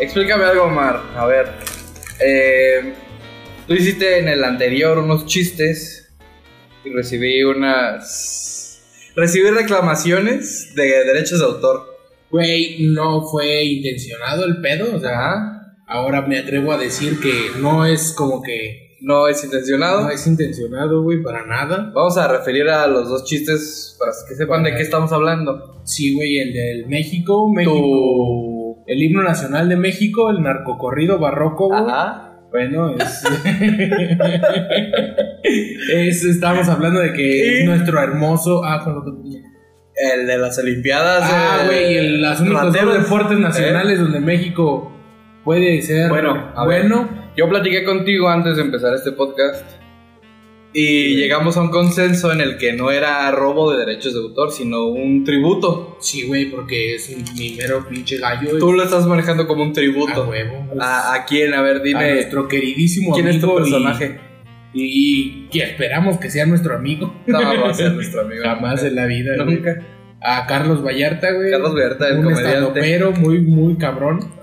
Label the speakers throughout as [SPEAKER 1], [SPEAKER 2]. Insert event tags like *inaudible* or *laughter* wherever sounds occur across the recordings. [SPEAKER 1] Explícame algo, Omar. A ver. eh, tú hiciste en el anterior unos chistes y recibí unas. Recibí reclamaciones de derechos de autor.
[SPEAKER 2] Güey, no fue intencionado el pedo, o sea,
[SPEAKER 1] Ajá.
[SPEAKER 2] ahora me atrevo a decir que no es como que
[SPEAKER 1] No es intencionado.
[SPEAKER 2] no es intencionado, güey, para nada.
[SPEAKER 1] Vamos a referir a los dos chistes para que sepan de qué estamos hablando.
[SPEAKER 2] Sí, güey, el del México, México, el himno nacional de México, el narcocorrido barroco, güey.
[SPEAKER 1] Ajá.
[SPEAKER 2] Bueno, es, *laughs* es- Estábamos hablando de que es nuestro hermoso. Ah, con lo que-
[SPEAKER 1] El de las Olimpiadas.
[SPEAKER 2] Ah,
[SPEAKER 1] el-
[SPEAKER 2] güey, el- los únicos dos
[SPEAKER 1] rateros.
[SPEAKER 2] deportes nacionales donde México puede ser
[SPEAKER 1] Bueno, a ver.
[SPEAKER 2] bueno.
[SPEAKER 1] Yo platiqué contigo antes de empezar este podcast y llegamos a un consenso en el que no era robo de derechos de autor, sino un tributo.
[SPEAKER 2] Sí, güey, porque es un- mi mero pinche gallo.
[SPEAKER 1] Tú lo estás manejando como un
[SPEAKER 2] a
[SPEAKER 1] tributo.
[SPEAKER 2] huevo. pues,
[SPEAKER 1] ¿A, a quién? A ver,
[SPEAKER 2] a
[SPEAKER 1] ah, dime.
[SPEAKER 2] nuestro queridísimo
[SPEAKER 1] ¿Quién es tu
[SPEAKER 2] amigo y-
[SPEAKER 1] personaje?
[SPEAKER 2] Y, y que esperamos que sea nuestro amigo.
[SPEAKER 1] No, va a ser nuestro amigo.
[SPEAKER 2] Jamás en la vida. güey.
[SPEAKER 1] Nunca.
[SPEAKER 2] A Carlos Vallarta, güey.
[SPEAKER 1] Carlos Berta, el
[SPEAKER 2] Un
[SPEAKER 1] comediante.
[SPEAKER 2] estandopero muy, muy cabrón.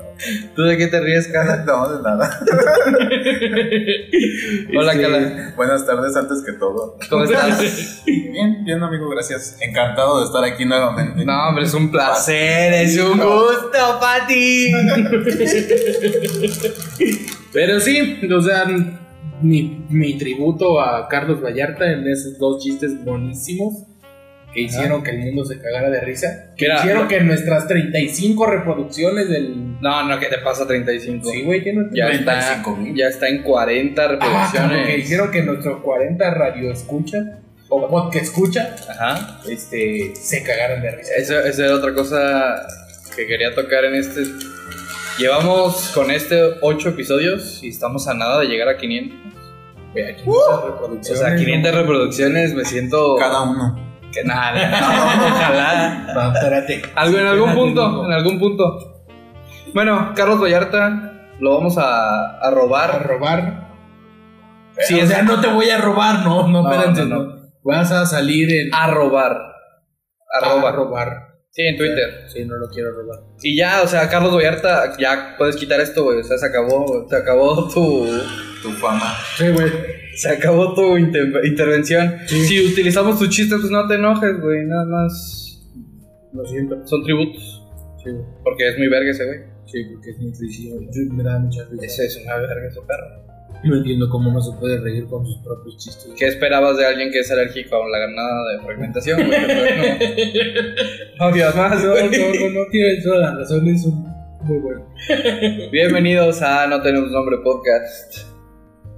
[SPEAKER 1] ¿Tú de qué te ríes, Carlos?
[SPEAKER 3] *laughs* No, de nada.
[SPEAKER 1] Hola,
[SPEAKER 2] Este,
[SPEAKER 1] Carla.
[SPEAKER 3] Buenas tardes antes que todo.
[SPEAKER 1] ¿Cómo estás?
[SPEAKER 3] Bien, bien amigo, gracias. Encantado de estar aquí nuevamente.
[SPEAKER 1] No, hombre, es un placer, es un
[SPEAKER 3] No.
[SPEAKER 1] gusto, Pati.
[SPEAKER 2] Pero sí, o sea, mi, mi tributo a Carlos Vallarta en esos dos chistes buenísimos que hicieron que el mundo se cagara de risa. Que
[SPEAKER 1] Mira,
[SPEAKER 2] hicieron
[SPEAKER 1] no-
[SPEAKER 2] que nuestras 35 reproducciones del...
[SPEAKER 1] No, no, ¿qué te pasa 35?
[SPEAKER 2] Sí, güey, que no
[SPEAKER 1] *laughs* ya está,
[SPEAKER 3] 35,000.
[SPEAKER 1] ya está en 40
[SPEAKER 2] Ah,
[SPEAKER 1] reproducciones.
[SPEAKER 2] claro, que hicieron que nuestros 40 radio escucha o pod que escucha
[SPEAKER 1] Ajá.
[SPEAKER 2] este, se cagaran de risa.
[SPEAKER 1] Eso, esa era otra cosa que quería tocar en este. Llevamos con este 8 episodios y estamos a nada de llegar a 500.
[SPEAKER 2] Güey, a 500
[SPEAKER 1] Uh. O
[SPEAKER 2] reproducciones,
[SPEAKER 1] sea, 500
[SPEAKER 2] no,
[SPEAKER 1] reproducciones, me siento.
[SPEAKER 3] Cada uno.
[SPEAKER 1] Que nada, *laughs* no, ojalá.
[SPEAKER 2] *laughs* no, espérate.
[SPEAKER 1] Algo, en algún
[SPEAKER 2] Espérate,
[SPEAKER 1] punto,
[SPEAKER 2] no.
[SPEAKER 1] en algún punto. Bueno, Carlos Vallarta lo vamos a, a
[SPEAKER 2] a
[SPEAKER 1] robar.
[SPEAKER 2] robar.
[SPEAKER 1] Sí,
[SPEAKER 2] o
[SPEAKER 1] es-
[SPEAKER 2] sea, no te voy a robar, no, no,
[SPEAKER 1] No,
[SPEAKER 2] espérate,
[SPEAKER 1] no,
[SPEAKER 2] no,
[SPEAKER 1] no.
[SPEAKER 2] Vas a salir en
[SPEAKER 1] A robar.
[SPEAKER 3] Ah,
[SPEAKER 1] A
[SPEAKER 2] a
[SPEAKER 1] robar.
[SPEAKER 2] robar.
[SPEAKER 1] Sí, en Twitter.
[SPEAKER 2] Sí, no lo quiero robar.
[SPEAKER 1] Y ya, o sea, Carlos Vallarta, ya puedes quitar esto, güey. O sea, se acabó, se acabó tu.
[SPEAKER 3] Tu fama.
[SPEAKER 2] Sí, güey.
[SPEAKER 1] Se acabó tu inter- intervención.
[SPEAKER 2] Sí.
[SPEAKER 1] Si utilizamos tus chistes, pues no te enojes, güey. Nada más.
[SPEAKER 2] Lo siento.
[SPEAKER 1] Son tributos.
[SPEAKER 2] Sí, güey.
[SPEAKER 1] Porque es muy verga ese güey.
[SPEAKER 2] sí, porque es mi triciclo. Yo- Me da mucha risa.
[SPEAKER 1] Ese es una verga ese perro.
[SPEAKER 2] No entiendo cómo no se puede reír con sus propios chistes.
[SPEAKER 1] ¿Qué esperabas de alguien que es alérgico a la ganada de fragmentación, güey? Pero No, no había más,
[SPEAKER 2] No, no,
[SPEAKER 1] güey.
[SPEAKER 2] no, no tiene toda la razón, es un muy bueno. *laughs*
[SPEAKER 1] Bienvenidos a No Tenemos Nombre Podcast.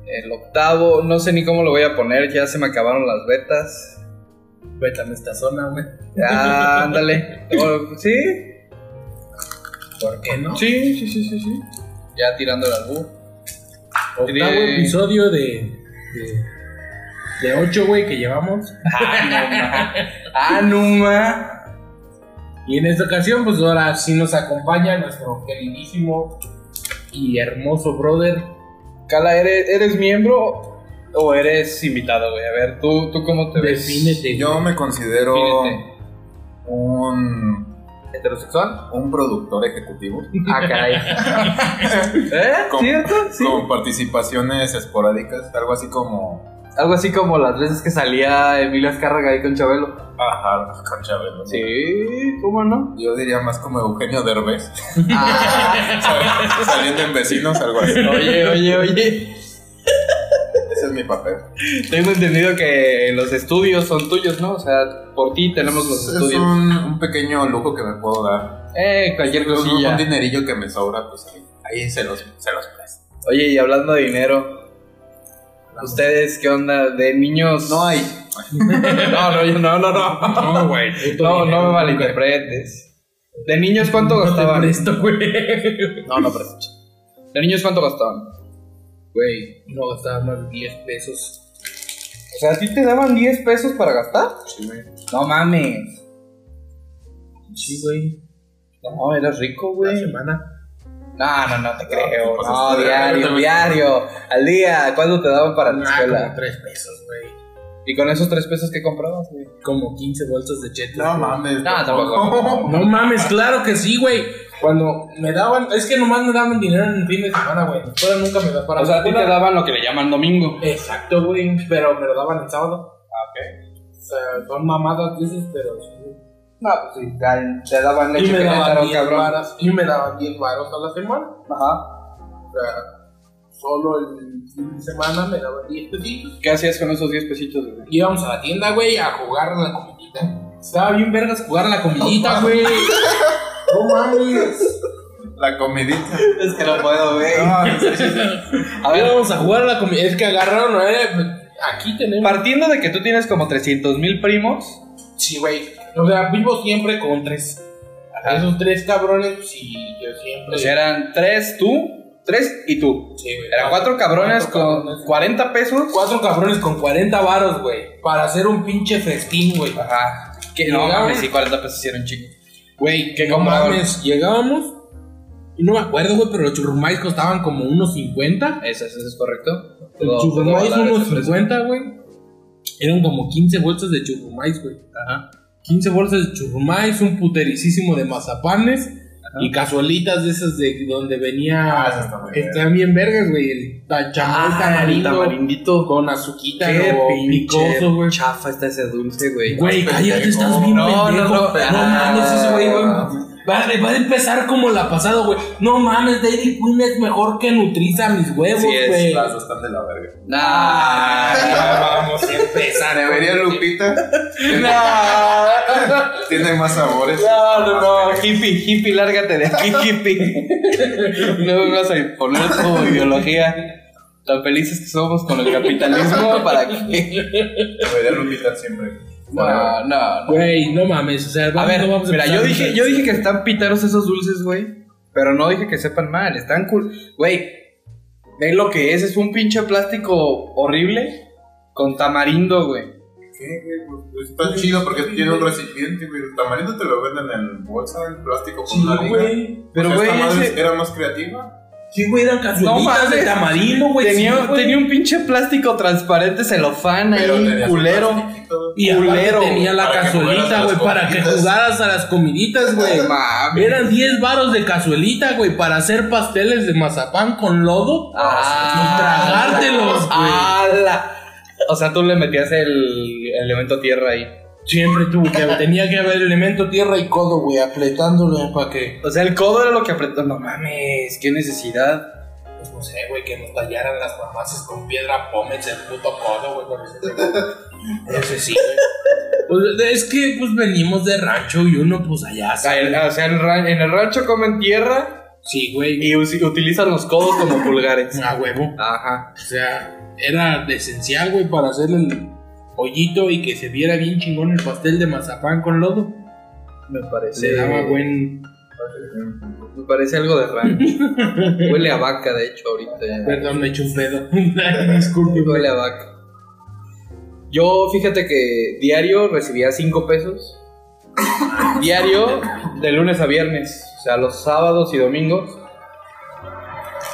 [SPEAKER 1] El octavo, no sé ni cómo lo voy a poner, ya se me acabaron las betas.
[SPEAKER 2] Vétame esta zona, güey.
[SPEAKER 1] Ya, ándale. Oh, ¿Sí?
[SPEAKER 2] ¿Por qué no?
[SPEAKER 1] Sí, sí, sí, sí, sí. Ya tirando el albur.
[SPEAKER 2] Octavo
[SPEAKER 1] de-
[SPEAKER 2] episodio de. de. de ocho, güey, que llevamos. Ah,
[SPEAKER 1] Anuma.
[SPEAKER 2] Y en esta ocasión, pues ahora sí nos acompaña nuestro queridísimo y hermoso brother.
[SPEAKER 1] Cala, ¿eres, eres miembro o eres invitado, güey? A ver, ¿tú, tú cómo te ves?
[SPEAKER 2] Defínete.
[SPEAKER 3] Yo me considero
[SPEAKER 1] Fíjate.
[SPEAKER 3] un,
[SPEAKER 1] ¿Heterosexual?
[SPEAKER 3] un productor ejecutivo.
[SPEAKER 1] Ah, caray. ¿Eh?
[SPEAKER 3] Con-
[SPEAKER 1] ¿Cierto? Sí.
[SPEAKER 3] Con participaciones esporádicas. Algo así como.
[SPEAKER 1] Algo así como las veces que salía Emilio Azcárraga ahí con Chabelo.
[SPEAKER 3] Ajá, con Chabelo.
[SPEAKER 1] Sí, ¿cómo no?
[SPEAKER 3] Yo diría más como Eugenio Derbez. *laughs*
[SPEAKER 1] Ah,
[SPEAKER 3] Saliendo en vecinos, algo
[SPEAKER 1] *laughs*
[SPEAKER 3] así.
[SPEAKER 1] oye, oye, oye.
[SPEAKER 3] Ese es mi papel.
[SPEAKER 1] Tengo entendido que los estudios son tuyos, ¿no? O sea, por ti tenemos los
[SPEAKER 3] es
[SPEAKER 1] estudios.
[SPEAKER 3] un, un pequeño lujo que me puedo dar.
[SPEAKER 1] Eh, cualquier
[SPEAKER 3] Un,
[SPEAKER 1] cosilla.
[SPEAKER 3] un dinerillo que me sobra, pues ahí, ahí se los, se los presto.
[SPEAKER 1] Oye, y hablando de dinero, ¿ustedes qué onda? ¿De niños?
[SPEAKER 3] No hay.
[SPEAKER 1] *laughs* No, no, yo- no, no, no.
[SPEAKER 2] *laughs* No, güey.
[SPEAKER 1] No, no me malinterpretes. ¿De niños cuánto gastaban?
[SPEAKER 2] esto, güey.
[SPEAKER 1] No, no, pero escucha. ¿De niños cuánto gastaban?
[SPEAKER 2] Güey, no gastaba más de 10 pesos.
[SPEAKER 1] O sea, ¿a ti te daban 10 pesos para gastar?
[SPEAKER 3] Sí, güey.
[SPEAKER 1] No mames.
[SPEAKER 2] Sí, güey.
[SPEAKER 1] No, eras rico,
[SPEAKER 2] Una
[SPEAKER 1] güey.
[SPEAKER 2] semana.
[SPEAKER 1] No, no, no te creo.
[SPEAKER 3] te
[SPEAKER 1] Eh, No,
[SPEAKER 3] *laughs* pasaste de-
[SPEAKER 1] diario,
[SPEAKER 3] te-
[SPEAKER 1] diario. Al día, ¿cuándo te daban para la
[SPEAKER 2] Ah, como
[SPEAKER 1] escuela?
[SPEAKER 2] 3 pesos, güey.
[SPEAKER 1] ¿Y con esos tres pesos que comprabas, güey?
[SPEAKER 2] Como 15 bolsas de chetos.
[SPEAKER 3] No mames.
[SPEAKER 1] No, tampoco.
[SPEAKER 2] No mames, claro que sí, güey. Cuando me daban, es que nomás me daban dinero en el fin de semana, güey. En la escuela nunca me da para
[SPEAKER 1] O sea, a ti
[SPEAKER 2] la
[SPEAKER 1] te
[SPEAKER 2] escuela.
[SPEAKER 1] daban lo que le llaman domingo.
[SPEAKER 2] Exacto, güey. Pero me lo daban el sábado.
[SPEAKER 3] Ah,
[SPEAKER 2] O sea, son mamadas dices, pero. sí.
[SPEAKER 1] No, pues sí, te daban
[SPEAKER 2] Y
[SPEAKER 1] leche
[SPEAKER 2] me
[SPEAKER 1] que
[SPEAKER 2] daban
[SPEAKER 1] cabrón.
[SPEAKER 2] 10 varas. Y me daban 10 varos a la semana.
[SPEAKER 1] Ajá.
[SPEAKER 2] O sea, solo el fin de semana me daban 10 pesitos.
[SPEAKER 1] ¿Qué hacías con esos 10 pesitos, güey?
[SPEAKER 2] Íbamos a la tienda, güey, a jugar a la comidita. Estaba bien vergas jugar a la comidita, güey. No mames.
[SPEAKER 3] ok. La comidita.
[SPEAKER 1] Es que no puedo, güey.
[SPEAKER 3] No, sí,
[SPEAKER 1] *laughs*
[SPEAKER 3] sí, sí.
[SPEAKER 1] A ver,
[SPEAKER 2] vamos a jugar a la comidita. Es que agarraron, eh. Aquí tenemos.
[SPEAKER 1] partiendo de que tú tienes como 300 mil primos,
[SPEAKER 2] Sí, güey. O sea, vivo siempre con tres.
[SPEAKER 1] Ah.
[SPEAKER 2] Esos tres cabrones, pues, sí, yo siempre.
[SPEAKER 1] pues eran 3 tú, 3 y tú.
[SPEAKER 2] Sí, güey.
[SPEAKER 1] Eran 4 cabrones
[SPEAKER 2] Cuatro
[SPEAKER 1] con
[SPEAKER 2] cabrones.
[SPEAKER 1] 40 pesos.
[SPEAKER 2] Cuatro cabrones con 40 varos, güey. Para hacer un pinche festín, güey.
[SPEAKER 1] Ajá. Que no,
[SPEAKER 2] Llegaban-
[SPEAKER 1] mames, sí, 40 pesos hicieron chingo. Güey, que
[SPEAKER 2] No
[SPEAKER 1] compraban.
[SPEAKER 2] mames, llegábamos. Y no me acuerdo, güey, pero los churrumais costaban como unos 50.
[SPEAKER 1] Eso, eso es correcto.
[SPEAKER 2] El
[SPEAKER 1] Puedo- puedo
[SPEAKER 2] churrumais
[SPEAKER 1] hablar de
[SPEAKER 2] unos
[SPEAKER 1] ese precio.
[SPEAKER 2] 50, güey. Eran como 15 bolsas de churrumais, güey. Ajá. 15 bolsas de churrumais, un putericísimo de mazapanes y cazuelitas de esas de donde venía.
[SPEAKER 3] Ah, esas están muy
[SPEAKER 2] están bien vergas, güey. El tachamón tamarindo
[SPEAKER 1] tamarindito.
[SPEAKER 2] con azuquita
[SPEAKER 1] Qué
[SPEAKER 2] o
[SPEAKER 1] pinche
[SPEAKER 2] picoso, güey.
[SPEAKER 1] chafa está ese dulce, güey.
[SPEAKER 2] Güey, cállate, estás bien
[SPEAKER 1] No, no,
[SPEAKER 2] pendejo.
[SPEAKER 1] no,
[SPEAKER 2] No,
[SPEAKER 1] ah,
[SPEAKER 2] mames, ese güey, güey.
[SPEAKER 1] ah,
[SPEAKER 2] Va, va a empezar como la pasada, güey. No mames, Dairy Queen es mejor que Nutriza mis huevos,
[SPEAKER 1] Sí es,
[SPEAKER 2] güey.
[SPEAKER 3] Las dos están de la verga.
[SPEAKER 1] Nah, ya vamos a empezar.
[SPEAKER 3] Debería Lupita. Tiene más sabores.
[SPEAKER 1] No, no, no, hippie, hippie, lárgate de aquí, hippie. No me vas a poner como ideología. Tan felices que somos con el capitalismo para que.
[SPEAKER 3] Debería Lupita siempre.
[SPEAKER 1] No, no, no.
[SPEAKER 2] Güey, no mames, o sea,
[SPEAKER 1] A
[SPEAKER 2] vamos-
[SPEAKER 1] ver,
[SPEAKER 2] no vamos a
[SPEAKER 1] mira, yo
[SPEAKER 2] empezar
[SPEAKER 1] dije,
[SPEAKER 2] a-
[SPEAKER 1] yo dije que están pitaros esos dulces, güey. Pero no dije que sepan mal, están cool. Güey, ven lo que es, es un pinche plástico horrible con tamarindo, güey.
[SPEAKER 3] ¿Qué, güey? Pues Está chido porque tiene un recipiente, güey. El tamarindo te lo venden en bolsa, en plástico con
[SPEAKER 2] Sí,
[SPEAKER 3] una liga.
[SPEAKER 2] güey.
[SPEAKER 1] Pero,
[SPEAKER 3] Pues esta
[SPEAKER 1] güey,
[SPEAKER 3] madre
[SPEAKER 1] ese-
[SPEAKER 3] era más creativa.
[SPEAKER 2] Sí, güey, eran
[SPEAKER 1] No
[SPEAKER 2] cazuelitas de
[SPEAKER 1] mames.
[SPEAKER 2] tamarindo, güey.
[SPEAKER 1] Tenía,
[SPEAKER 2] Pues sí, güey.
[SPEAKER 1] tenía un pinche plástico transparente celofán
[SPEAKER 3] Pero
[SPEAKER 1] ahí,
[SPEAKER 3] tenía su
[SPEAKER 1] culero.
[SPEAKER 3] plastiquito, güey.
[SPEAKER 2] y aparte
[SPEAKER 1] culero,
[SPEAKER 2] tenía la
[SPEAKER 3] para que jugaras a
[SPEAKER 2] cazuelita,
[SPEAKER 3] las
[SPEAKER 2] güey, para que
[SPEAKER 3] comiditas.
[SPEAKER 2] jugaras a las comiditas, güey.
[SPEAKER 1] No mames.
[SPEAKER 2] Eran 10 varos de cazuelita, güey, para hacer pasteles de mazapán con lodo.
[SPEAKER 1] Ah,
[SPEAKER 2] y tragártelos, güey.
[SPEAKER 1] ala. O sea, tú le metías el elemento tierra ahí.
[SPEAKER 2] Siempre tuvo que haber, tenía que haber elemento tierra y codo, güey, apretándole para que,
[SPEAKER 1] O sea, el codo era lo que apretó. No mames, qué necesidad.
[SPEAKER 2] pues no sé, güey, que nos tallaran las mamaces con piedra pómez el puto codo, güey, con ese tipo. No sé si, güey. Pues es que, pues venimos de rancho y uno, pues allá,
[SPEAKER 1] O sea,
[SPEAKER 2] sabe.
[SPEAKER 1] el- o sea, en, ra- en el rancho comen tierra
[SPEAKER 2] Sí, güey,
[SPEAKER 1] y us- utilizan los codos como pulgares.
[SPEAKER 2] a huevo.
[SPEAKER 1] Ajá.
[SPEAKER 2] O sea, era esencial, güey, para hacer el hoyito y que se viera bien chingón el pastel de mazapán con lodo.
[SPEAKER 1] Me
[SPEAKER 2] Se
[SPEAKER 1] parece.
[SPEAKER 2] daba buen.
[SPEAKER 1] Me parece algo de rancho. Huele a vaca, de hecho, ahorita.
[SPEAKER 2] Perdón, me eché un pedo. Disculpe, güey.
[SPEAKER 1] Huele a vaca. Yo, fíjate que diario recibía 5
[SPEAKER 2] *laughs*
[SPEAKER 1] pesos. diario, de lunes a viernes. O sea, los sábados y domingos.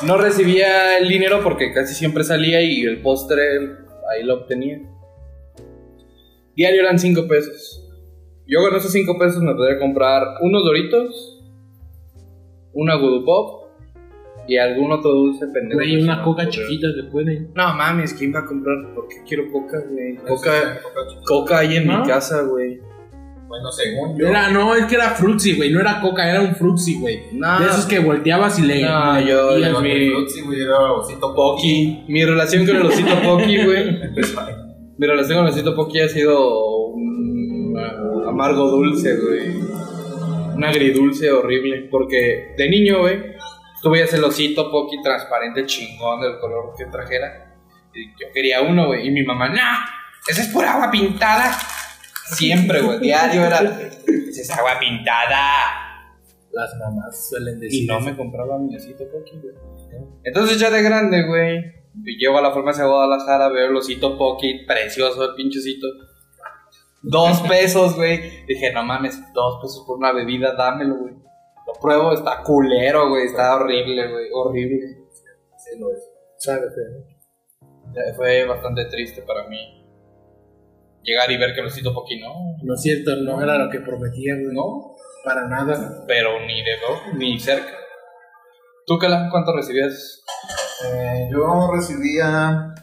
[SPEAKER 1] No recibía el dinero porque casi siempre salía y el postre ahí lo obtenía. Diario eran 5 pesos. Yo con esos 5 pesos me podría comprar unos doritos, una Voodoo Pop y algún otro dulce pendejo.
[SPEAKER 2] Güey,
[SPEAKER 1] que se
[SPEAKER 2] una
[SPEAKER 1] me
[SPEAKER 2] coca
[SPEAKER 1] ocurra.
[SPEAKER 2] chiquita que pueden.
[SPEAKER 1] No mames, ¿quién va a comprar? ¿Por qué quiero coca, güey? Coca,
[SPEAKER 3] Coca chica.
[SPEAKER 1] coca hay en
[SPEAKER 2] ¿No?
[SPEAKER 1] mi casa, güey.
[SPEAKER 3] Bueno, según yo.
[SPEAKER 2] Era, no, es que era Fruxy, güey. No era coca, era un Fruxy, güey.
[SPEAKER 1] No,
[SPEAKER 2] de esos que volteabas y le.
[SPEAKER 1] Ah. No, yo-
[SPEAKER 2] y-
[SPEAKER 1] yo-
[SPEAKER 3] Era
[SPEAKER 1] mi-
[SPEAKER 3] Fruitsy, güey, era osito Pocky.
[SPEAKER 1] Pocky. Mi relación con el osito Pocky, güey. Mi relación con el osito Pocky ha sido un amargo dulce, güey. Un agridulce horrible. Porque de niño, güey, tú veías el osito Pocky transparente chingón del color que trajera. Y yo quería uno, güey. Y mi mamá, no, esa es pura agua pintada. Siempre, güey, diario era. "Esa es agua pintada.
[SPEAKER 2] Las mamás suelen decir.
[SPEAKER 1] Y no
[SPEAKER 2] eso.
[SPEAKER 1] me compraba mi osito Pocky, güey. Entonces ya de grande, güey. y Llego a la farmacia de Guadalajara, veo el osito Pocky, precioso el pinche osito. *laughs* Dos pesos, güey. Dije, no mames, dos pesos por una bebida, dámelo, güey. Lo pruebo, está culero, güey. Está horrible, güey. Horrible.
[SPEAKER 2] Sabe, pero-
[SPEAKER 1] Eh, Fue bastante triste para mí. llegar y ver que Luisito Pocky no,
[SPEAKER 2] No es cierto, no era lo que prometía, güey.
[SPEAKER 1] no,
[SPEAKER 2] Para nada.
[SPEAKER 1] pero ni de do- ni cerca. ¿Tú, Cala, cuánto recibías?
[SPEAKER 3] Eh, yo recibía.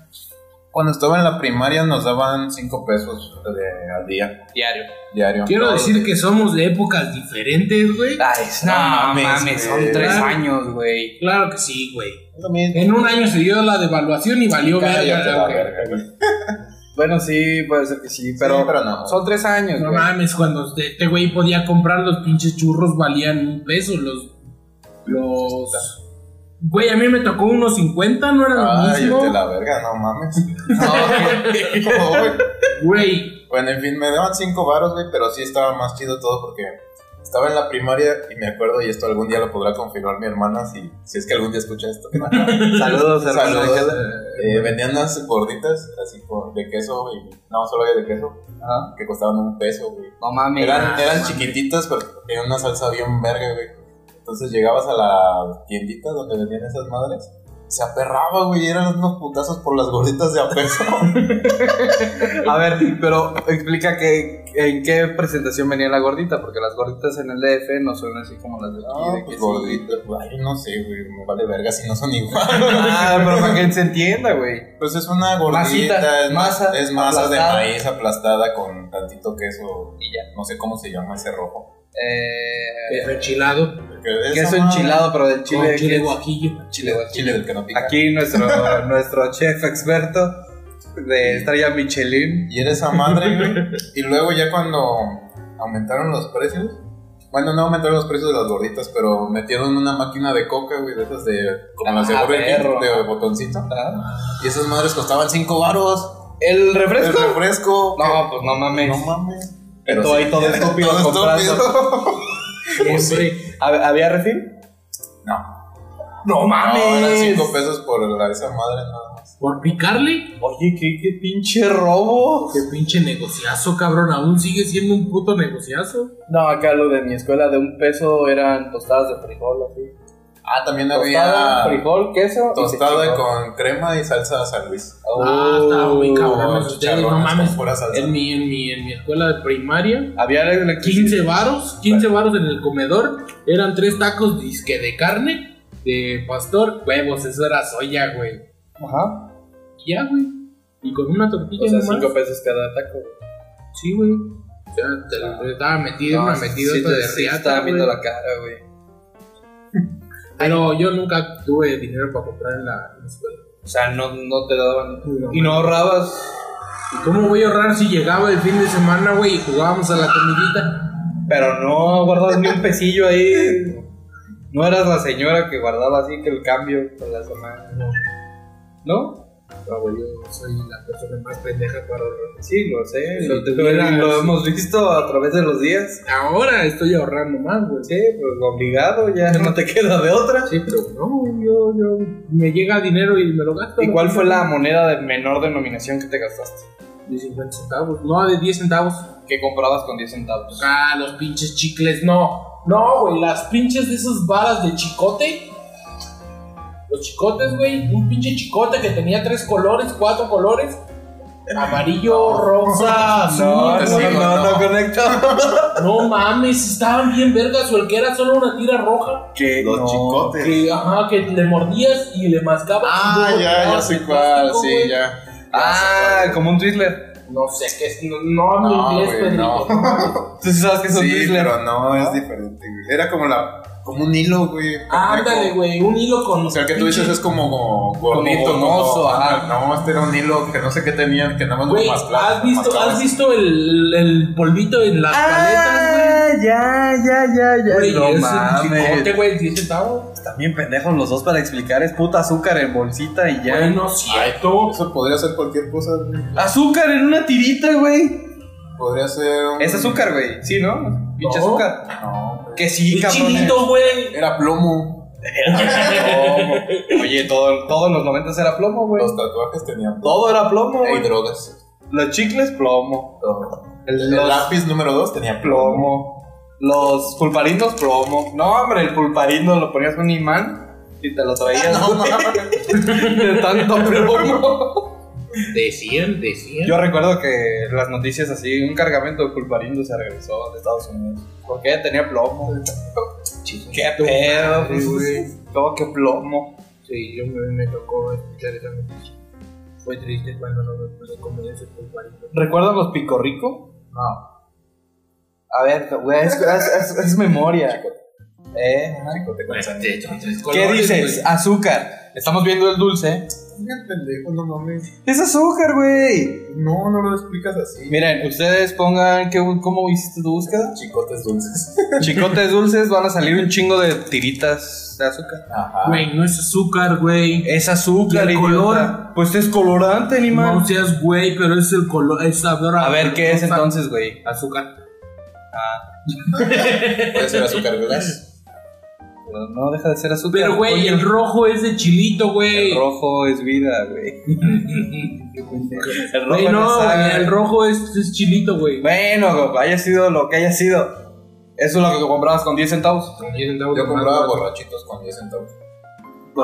[SPEAKER 3] Cuando estaba en la primaria nos daban 5 pesos de- al día,
[SPEAKER 1] Diario.
[SPEAKER 3] diario.
[SPEAKER 2] Quiero
[SPEAKER 3] Todo.
[SPEAKER 2] decir que somos de épocas diferentes, güey.
[SPEAKER 1] Ay,
[SPEAKER 3] no mames, güey.
[SPEAKER 1] años, güey.
[SPEAKER 2] Claro que sí, güey.
[SPEAKER 3] Yo también.
[SPEAKER 2] En un año se dio la devaluación y valió
[SPEAKER 3] Cállate
[SPEAKER 2] verga,
[SPEAKER 3] la
[SPEAKER 2] güey.
[SPEAKER 3] verga, güey.
[SPEAKER 1] Bueno, sí, puede ser que sí, pero,
[SPEAKER 3] Sí, pero no.
[SPEAKER 1] son tres años,
[SPEAKER 2] No
[SPEAKER 1] güey.
[SPEAKER 2] mames, cuando este este güey podía comprar los pinches churros valían un peso, los... Los... Güey, a mí me tocó unos 50, no era lo
[SPEAKER 3] Ay,
[SPEAKER 2] mismo.
[SPEAKER 3] de la verga,
[SPEAKER 2] *laughs*
[SPEAKER 3] no mames. No, güey.
[SPEAKER 2] Güey,
[SPEAKER 3] Bueno, en fin, me daban 5 varos, güey, pero sí estaba más chido todo porque estaba en la primaria y me acuerdo, y esto algún día lo podrá confirmar mi hermana si, si es que algún día escucha esto.
[SPEAKER 2] *laughs*
[SPEAKER 1] Saludos, hermano.
[SPEAKER 3] Saludos. Eh, vendían unas gorditas así con, de queso, y no, solo había de queso,
[SPEAKER 1] Ajá.
[SPEAKER 3] que costaban un peso, güey.
[SPEAKER 1] No mames.
[SPEAKER 3] Eran, eran chiquititas, pero tenían una salsa bien verga, güey. Entonces llegabas a la tiendita donde vendían esas madres. Se aperraba, güey, eran unos putazos por las gorditas de a
[SPEAKER 1] *laughs*
[SPEAKER 3] peso.
[SPEAKER 1] A ver, pero explica que, en qué presentación venía la gordita, porque las gorditas en el DF no son así como las de aquí.
[SPEAKER 3] No,
[SPEAKER 1] de que
[SPEAKER 3] pues
[SPEAKER 1] sí.
[SPEAKER 3] gorditas, ay, no sé, güey, me vale verga si no son igual.
[SPEAKER 1] *laughs* Ah, pero para que se entienda, güey. Eh,
[SPEAKER 3] Pues es una gordita,
[SPEAKER 1] Masita,
[SPEAKER 3] es masa,
[SPEAKER 1] masa
[SPEAKER 3] es masa
[SPEAKER 1] aplastada.
[SPEAKER 3] de maíz aplastada con tantito queso,
[SPEAKER 1] Y ya.
[SPEAKER 3] no sé cómo se llama ese rojo.
[SPEAKER 1] Eh,
[SPEAKER 2] queso enchilado,
[SPEAKER 3] Porque
[SPEAKER 1] queso
[SPEAKER 3] esa madre-
[SPEAKER 1] enchilado, pero del chile.
[SPEAKER 2] chile, con chile
[SPEAKER 1] que-
[SPEAKER 2] guajillo.
[SPEAKER 1] chile guajillo.
[SPEAKER 3] Chile del que no pica.
[SPEAKER 1] Aquí
[SPEAKER 3] *laughs*
[SPEAKER 1] nuestro, nuestro chef experto de Estrella Michelin.
[SPEAKER 3] Y era esa
[SPEAKER 1] *laughs*
[SPEAKER 3] madre, güey. Y luego ya cuando aumentaron los precios. Bueno, no aumentaron los precios de las gorditas, pero metieron una máquina de coca, güey, de esas de. Como las de
[SPEAKER 1] Ah,
[SPEAKER 3] Burger King,
[SPEAKER 1] perro. Ah.
[SPEAKER 3] de botoncito. Y esas madres costaban 5 varos.
[SPEAKER 1] ¿El
[SPEAKER 3] El
[SPEAKER 1] refresco?
[SPEAKER 3] refresco.
[SPEAKER 1] No, pues no mames.
[SPEAKER 3] No mames.
[SPEAKER 1] Todo ahí, todo
[SPEAKER 3] ya
[SPEAKER 1] estúpido
[SPEAKER 3] todo
[SPEAKER 1] comprando. *laughs*
[SPEAKER 3] estúpido.
[SPEAKER 2] Siempre.
[SPEAKER 1] ¿Hab- ¿Había refil?
[SPEAKER 3] No.
[SPEAKER 1] No
[SPEAKER 3] No, eran
[SPEAKER 1] mames.
[SPEAKER 3] 5 pesos por la- esa madre nada más.
[SPEAKER 2] ¿Por picarle?
[SPEAKER 1] Oye, qué, qué pinche robo.
[SPEAKER 2] Qué pinche negociazo, cabrón. Aún sigue siendo un puto negociazo.
[SPEAKER 1] No, acá lo de mi escuela de un peso eran tostadas de frijol, así.
[SPEAKER 3] Ah, también
[SPEAKER 1] Tostada,
[SPEAKER 3] había
[SPEAKER 1] frijol, queso. y
[SPEAKER 3] tostada
[SPEAKER 1] chingó.
[SPEAKER 3] con crema y salsa San Luis.
[SPEAKER 1] Oh.
[SPEAKER 2] Ah, está muy cabrón.
[SPEAKER 3] O
[SPEAKER 2] esos ustedes, No
[SPEAKER 3] chicharrones con
[SPEAKER 2] mames.
[SPEAKER 3] pura salsa.
[SPEAKER 2] En mi, en mi, en mi escuela de primaria,
[SPEAKER 1] Había electricidad.
[SPEAKER 2] 15 varos, 15 varos en el comedor. Eran tres tacos disque de carne, de pastor, huevos, eso era soya, güey.
[SPEAKER 1] Ajá.
[SPEAKER 2] Y ya, güey. Y con una tortilla
[SPEAKER 1] O sea,
[SPEAKER 2] nomás.
[SPEAKER 1] 5 pesos cada taco.
[SPEAKER 2] Sí, güey. O sea, te la- te estaba metido, una metida
[SPEAKER 1] Ah. sí,
[SPEAKER 2] otra de
[SPEAKER 1] te- sí te
[SPEAKER 2] riata,
[SPEAKER 1] estaba viendo
[SPEAKER 2] güey.
[SPEAKER 1] la cara, güey.
[SPEAKER 2] Pero yo nunca tuve dinero para comprar en la, en la escuela.
[SPEAKER 1] O sea, no, no te daban.
[SPEAKER 2] No.
[SPEAKER 1] Y no ahorrabas,
[SPEAKER 2] ¿Y cómo voy a ahorrar si llegaba el fin de semana, güey, y jugábamos a la comidita?
[SPEAKER 1] pero no guardabas ni un pesillo ahí. No eras la señora que guardaba así que el cambio por la semana.
[SPEAKER 2] No,
[SPEAKER 1] ¿No?
[SPEAKER 2] pero, güey, yo soy la persona más pendeja para ahorrar.
[SPEAKER 1] Sí, lo sé.
[SPEAKER 2] Sí,
[SPEAKER 1] lo,
[SPEAKER 2] tú
[SPEAKER 1] lo-
[SPEAKER 2] eras-
[SPEAKER 1] lo hemos visto a través de los días.
[SPEAKER 2] Ahora estoy ahorrando más, güey.
[SPEAKER 1] Sí, pues obligado, ya no te queda de otra.
[SPEAKER 2] Sí, pero no, yo, yo, me llega dinero y me lo gasto.
[SPEAKER 1] ¿Y
[SPEAKER 2] güey.
[SPEAKER 1] cuál fue la moneda de menor denominación que te gastaste?
[SPEAKER 2] De 50 centavos. No, de 10 centavos.
[SPEAKER 1] Que comprabas con 10 centavos.
[SPEAKER 2] Ah, los pinches chicles, no. No, güey, las pinches de esas balas de chicote. Los chicotes, güey. Un pinche chicote que tenía tres colores, cuatro colores. Amarillo, rosa, azul.
[SPEAKER 1] No,
[SPEAKER 3] te
[SPEAKER 1] no,
[SPEAKER 3] sigo,
[SPEAKER 1] no, no
[SPEAKER 3] no.
[SPEAKER 1] conecto.
[SPEAKER 2] No mames, estaban bien vergas o el que era solo una tira roja.
[SPEAKER 1] Que
[SPEAKER 3] Los
[SPEAKER 1] no,
[SPEAKER 3] chicotes.
[SPEAKER 2] Que, ajá, que le mordías y le mascabas. y
[SPEAKER 3] Ah,
[SPEAKER 2] luego te
[SPEAKER 3] ya, ya
[SPEAKER 2] dabas el
[SPEAKER 3] sé cuál,
[SPEAKER 2] plástico,
[SPEAKER 3] sí,
[SPEAKER 2] güey.
[SPEAKER 3] ya.
[SPEAKER 1] Ah, como un Twizzler.
[SPEAKER 2] No sé qué es, no, no hablo
[SPEAKER 3] No,
[SPEAKER 2] inglés,
[SPEAKER 3] güey,
[SPEAKER 2] Pedrito.
[SPEAKER 1] Tú sí sabes que es un
[SPEAKER 3] Sí,
[SPEAKER 1] Twizzler.
[SPEAKER 3] pero no, es diferente, güey. Era como la, como un hilo, güey.
[SPEAKER 2] *laughs* Ah, Ándale, güey, un hilo con.
[SPEAKER 3] O sea, el que tú dices es como go- gordito,
[SPEAKER 1] gomoso,
[SPEAKER 3] como-
[SPEAKER 1] ajá.
[SPEAKER 3] No, este era un hilo que no sé qué tenían, que nada más
[SPEAKER 2] Güey,
[SPEAKER 3] lo masclaban,
[SPEAKER 2] ¿has visto,
[SPEAKER 3] mascaban.
[SPEAKER 2] ¿has visto el, el polvito en las paletas,
[SPEAKER 1] Ah, ya, ya, ya, ya.
[SPEAKER 2] güey? Güey,
[SPEAKER 1] no
[SPEAKER 2] es
[SPEAKER 1] mames.
[SPEAKER 2] un chicote, güey, 10 centavos.
[SPEAKER 1] También pendejos los dos para explicar. Es puta azúcar en bolsita y ya.
[SPEAKER 2] Güey, no es cierto.
[SPEAKER 3] Eso podría ser cualquier cosa, güey.
[SPEAKER 1] Azúcar en una tirita, güey.
[SPEAKER 3] Podría ser un...
[SPEAKER 1] Es azúcar, güey. Sí, ¿no? Pinche
[SPEAKER 2] No.
[SPEAKER 1] azúcar.
[SPEAKER 3] No, güey.
[SPEAKER 1] Que sí,
[SPEAKER 2] Y
[SPEAKER 1] cabrón. eh.
[SPEAKER 2] chilito, güey.
[SPEAKER 3] Era plomo.
[SPEAKER 1] Plomo. Oye, todo, todo en los 90 era plomo, güey.
[SPEAKER 3] Los tatuajes tenían plomo.
[SPEAKER 1] Todo era plomo,
[SPEAKER 3] Y
[SPEAKER 1] güey.
[SPEAKER 3] drogas.
[SPEAKER 1] Los chicles, plomo.
[SPEAKER 3] Todo.
[SPEAKER 1] El,
[SPEAKER 3] El
[SPEAKER 1] los
[SPEAKER 3] lápiz número 2 tenía plomo.
[SPEAKER 1] plomo. Los pulparinos, plomo. No, hombre, el pulparino lo ponías con un *laughs* imán y te lo traías.
[SPEAKER 3] No, mames.
[SPEAKER 1] de tanto plomo.
[SPEAKER 2] Decían, decían.
[SPEAKER 1] Yo recuerdo que las noticias así, un cargamento de pulparindo se regresó de Estados Unidos. ¿Por qué? Tenía plomo.
[SPEAKER 2] Chinga
[SPEAKER 1] ¿Qué
[SPEAKER 2] tu
[SPEAKER 1] pedo?
[SPEAKER 2] madre, güey.
[SPEAKER 1] pues, ¿Cómo que plomo?
[SPEAKER 2] Sí, yo me, me tocó escuchar esa noticia. Fue triste cuando no me pude comer ese pulparito.
[SPEAKER 1] ¿Recuerdan los Pico Rico?
[SPEAKER 2] No.
[SPEAKER 1] A ver, güey, es, es- es- es memoria. Eh, ajá.
[SPEAKER 3] Pues,
[SPEAKER 1] ¿Qué dices? Azúcar. Estamos viendo el dulce.
[SPEAKER 3] Venga, pendejo, no mames.
[SPEAKER 1] Es azúcar, güey.
[SPEAKER 3] No, no lo explicas así.
[SPEAKER 1] Miren, ustedes pongan que, cómo hiciste tu búsqueda.
[SPEAKER 3] Chicotes dulces.
[SPEAKER 1] Chicotes dulces van a salir un chingo de tiritas de azúcar.
[SPEAKER 3] Ajá.
[SPEAKER 2] Güey, no es azúcar, güey.
[SPEAKER 1] Es azúcar,
[SPEAKER 2] ¿Y el
[SPEAKER 1] idiota. Pues es colorante, animal.
[SPEAKER 2] No seas güey, pero es el color, es sabor
[SPEAKER 1] a ver, ¿qué es
[SPEAKER 2] fruta.
[SPEAKER 1] entonces, güey?
[SPEAKER 2] Azúcar.
[SPEAKER 3] Puede ser azúcar glass.
[SPEAKER 1] Pero No deja de ser azúcar.
[SPEAKER 2] Pero, güey,
[SPEAKER 1] coño.
[SPEAKER 2] el rojo es de chilito, güey.
[SPEAKER 1] El rojo es vida, güey. el
[SPEAKER 2] Güey,
[SPEAKER 1] es
[SPEAKER 2] no,
[SPEAKER 1] sangre.
[SPEAKER 2] güey, el rojo es, es chilito, güey.
[SPEAKER 1] Bueno, haya sido lo que haya sido. Eso es lo que comprabas con 10 centavos.
[SPEAKER 3] Yo compraba borrachitos con 10 centavos.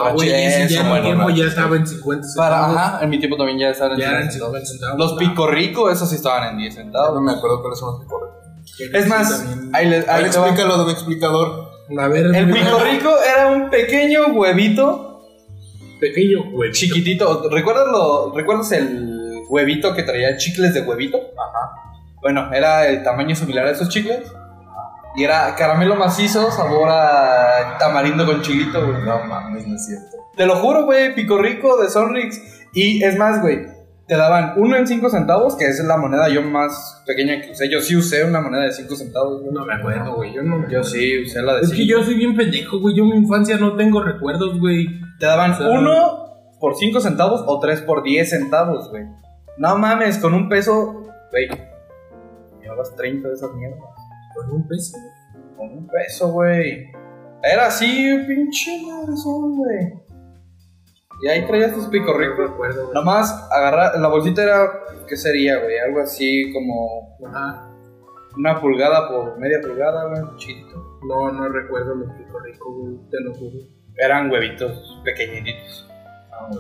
[SPEAKER 2] Ah, güey, ese ya en mi
[SPEAKER 1] bueno,
[SPEAKER 2] tiempo
[SPEAKER 1] borracho.
[SPEAKER 2] ya estaba en 50 centavos.
[SPEAKER 1] Para, ajá, en mi tiempo también ya estaban en
[SPEAKER 2] Ya eran
[SPEAKER 1] 10 centavos.
[SPEAKER 2] 50 centavos.
[SPEAKER 1] Los
[SPEAKER 2] Ah,
[SPEAKER 1] pico rico, esos sí estaban en 10
[SPEAKER 3] Ya Ah, no
[SPEAKER 1] centavos.
[SPEAKER 3] me acuerdo cuáles son los picotes.
[SPEAKER 1] Es más,
[SPEAKER 2] también.
[SPEAKER 1] ahí les,
[SPEAKER 3] Ahí
[SPEAKER 1] ahí te va.
[SPEAKER 3] explícalo, don explicador.
[SPEAKER 2] A ver,
[SPEAKER 1] El
[SPEAKER 2] mira,
[SPEAKER 1] pico rico era un pequeño huevito
[SPEAKER 2] Pequeño, güey.
[SPEAKER 1] chiquitito. ¿Recuerdas, lo- ¿Recuerdas el huevito que traía chicles de huevito?
[SPEAKER 3] Ajá.
[SPEAKER 1] Bueno, era el tamaño similar a esos chicles. Y era caramelo macizo, sabor a tamarindo con chilito, güey.
[SPEAKER 3] No mames, no es cierto.
[SPEAKER 1] Te lo juro, güey, Pico Rico de Sonrix. Y es más, güey, te daban uno en cinco centavos, que es la moneda yo más pequeña que usé. Yo sí usé una moneda de cinco centavos, güey.
[SPEAKER 2] No me acuerdo, güey. Yo no.
[SPEAKER 1] Yo sí usé la de
[SPEAKER 2] Es que
[SPEAKER 1] cinco.
[SPEAKER 2] yo soy bien pendejo, güey. Yo en mi infancia no tengo recuerdos, güey.
[SPEAKER 1] Te daban
[SPEAKER 2] o sea,
[SPEAKER 1] uno por cinco centavos o tres por diez centavos, güey. No mames, con un peso, güey. Llevabas 30 de esas mierdas.
[SPEAKER 2] Con un peso.
[SPEAKER 1] Con un peso, güey. Era así, pinche madrazón, güey. Y ahí traías tus Pico
[SPEAKER 2] No
[SPEAKER 1] Rico.
[SPEAKER 2] recuerdo, güey.
[SPEAKER 1] Nomás agarrar, la bolsita era, ¿qué sería, güey? Algo así como
[SPEAKER 2] Ajá.
[SPEAKER 1] una pulgada por media pulgada, güey, chiquito.
[SPEAKER 2] No, no recuerdo los Pico Rico, güey. Te lo juro.
[SPEAKER 1] Eran huevitos pequeñitos. Ah,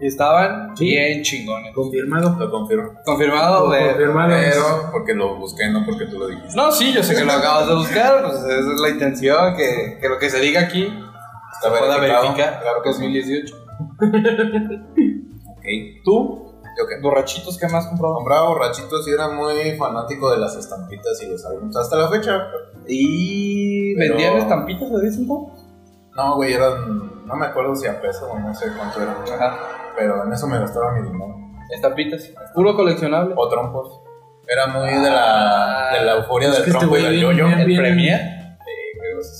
[SPEAKER 1] Y estaban
[SPEAKER 2] Sí.
[SPEAKER 1] bien chingones.
[SPEAKER 2] Confirmado.
[SPEAKER 3] Lo confirmo.
[SPEAKER 1] Confirmado de...
[SPEAKER 2] Confirmado.
[SPEAKER 3] Pero porque lo busqué, no porque tú lo dijiste.
[SPEAKER 1] No, sí, yo sé que lo acabas de buscar, pues esa es la intención, que, que lo que se diga aquí
[SPEAKER 3] Está
[SPEAKER 1] pueda
[SPEAKER 3] verificado.
[SPEAKER 1] verificar.
[SPEAKER 3] Claro que sí.
[SPEAKER 1] 2018.
[SPEAKER 3] Ok.
[SPEAKER 1] ¿Tú?
[SPEAKER 3] Yo qué.
[SPEAKER 1] ¿Borrachitos qué más comprado?
[SPEAKER 3] Compraba borrachitos y era muy fanático de las estampitas y los álbumes. Hasta la fecha.
[SPEAKER 1] ¿Y
[SPEAKER 3] Pero-
[SPEAKER 1] vendían estampitas de vez en cuando?
[SPEAKER 3] No, güey, eran. No me acuerdo si a peso o no sé cuánto eran.
[SPEAKER 1] Ajá,
[SPEAKER 3] Pero en eso me gastaba mi dinero.
[SPEAKER 1] estampitas. Puro coleccionable.
[SPEAKER 3] O trompos. Era muy de la, de la euforia
[SPEAKER 2] Es
[SPEAKER 3] del
[SPEAKER 2] que este
[SPEAKER 3] trompo y
[SPEAKER 2] güey
[SPEAKER 3] del
[SPEAKER 2] bien-
[SPEAKER 3] yoyo.
[SPEAKER 2] bien-
[SPEAKER 1] ¿El Premier?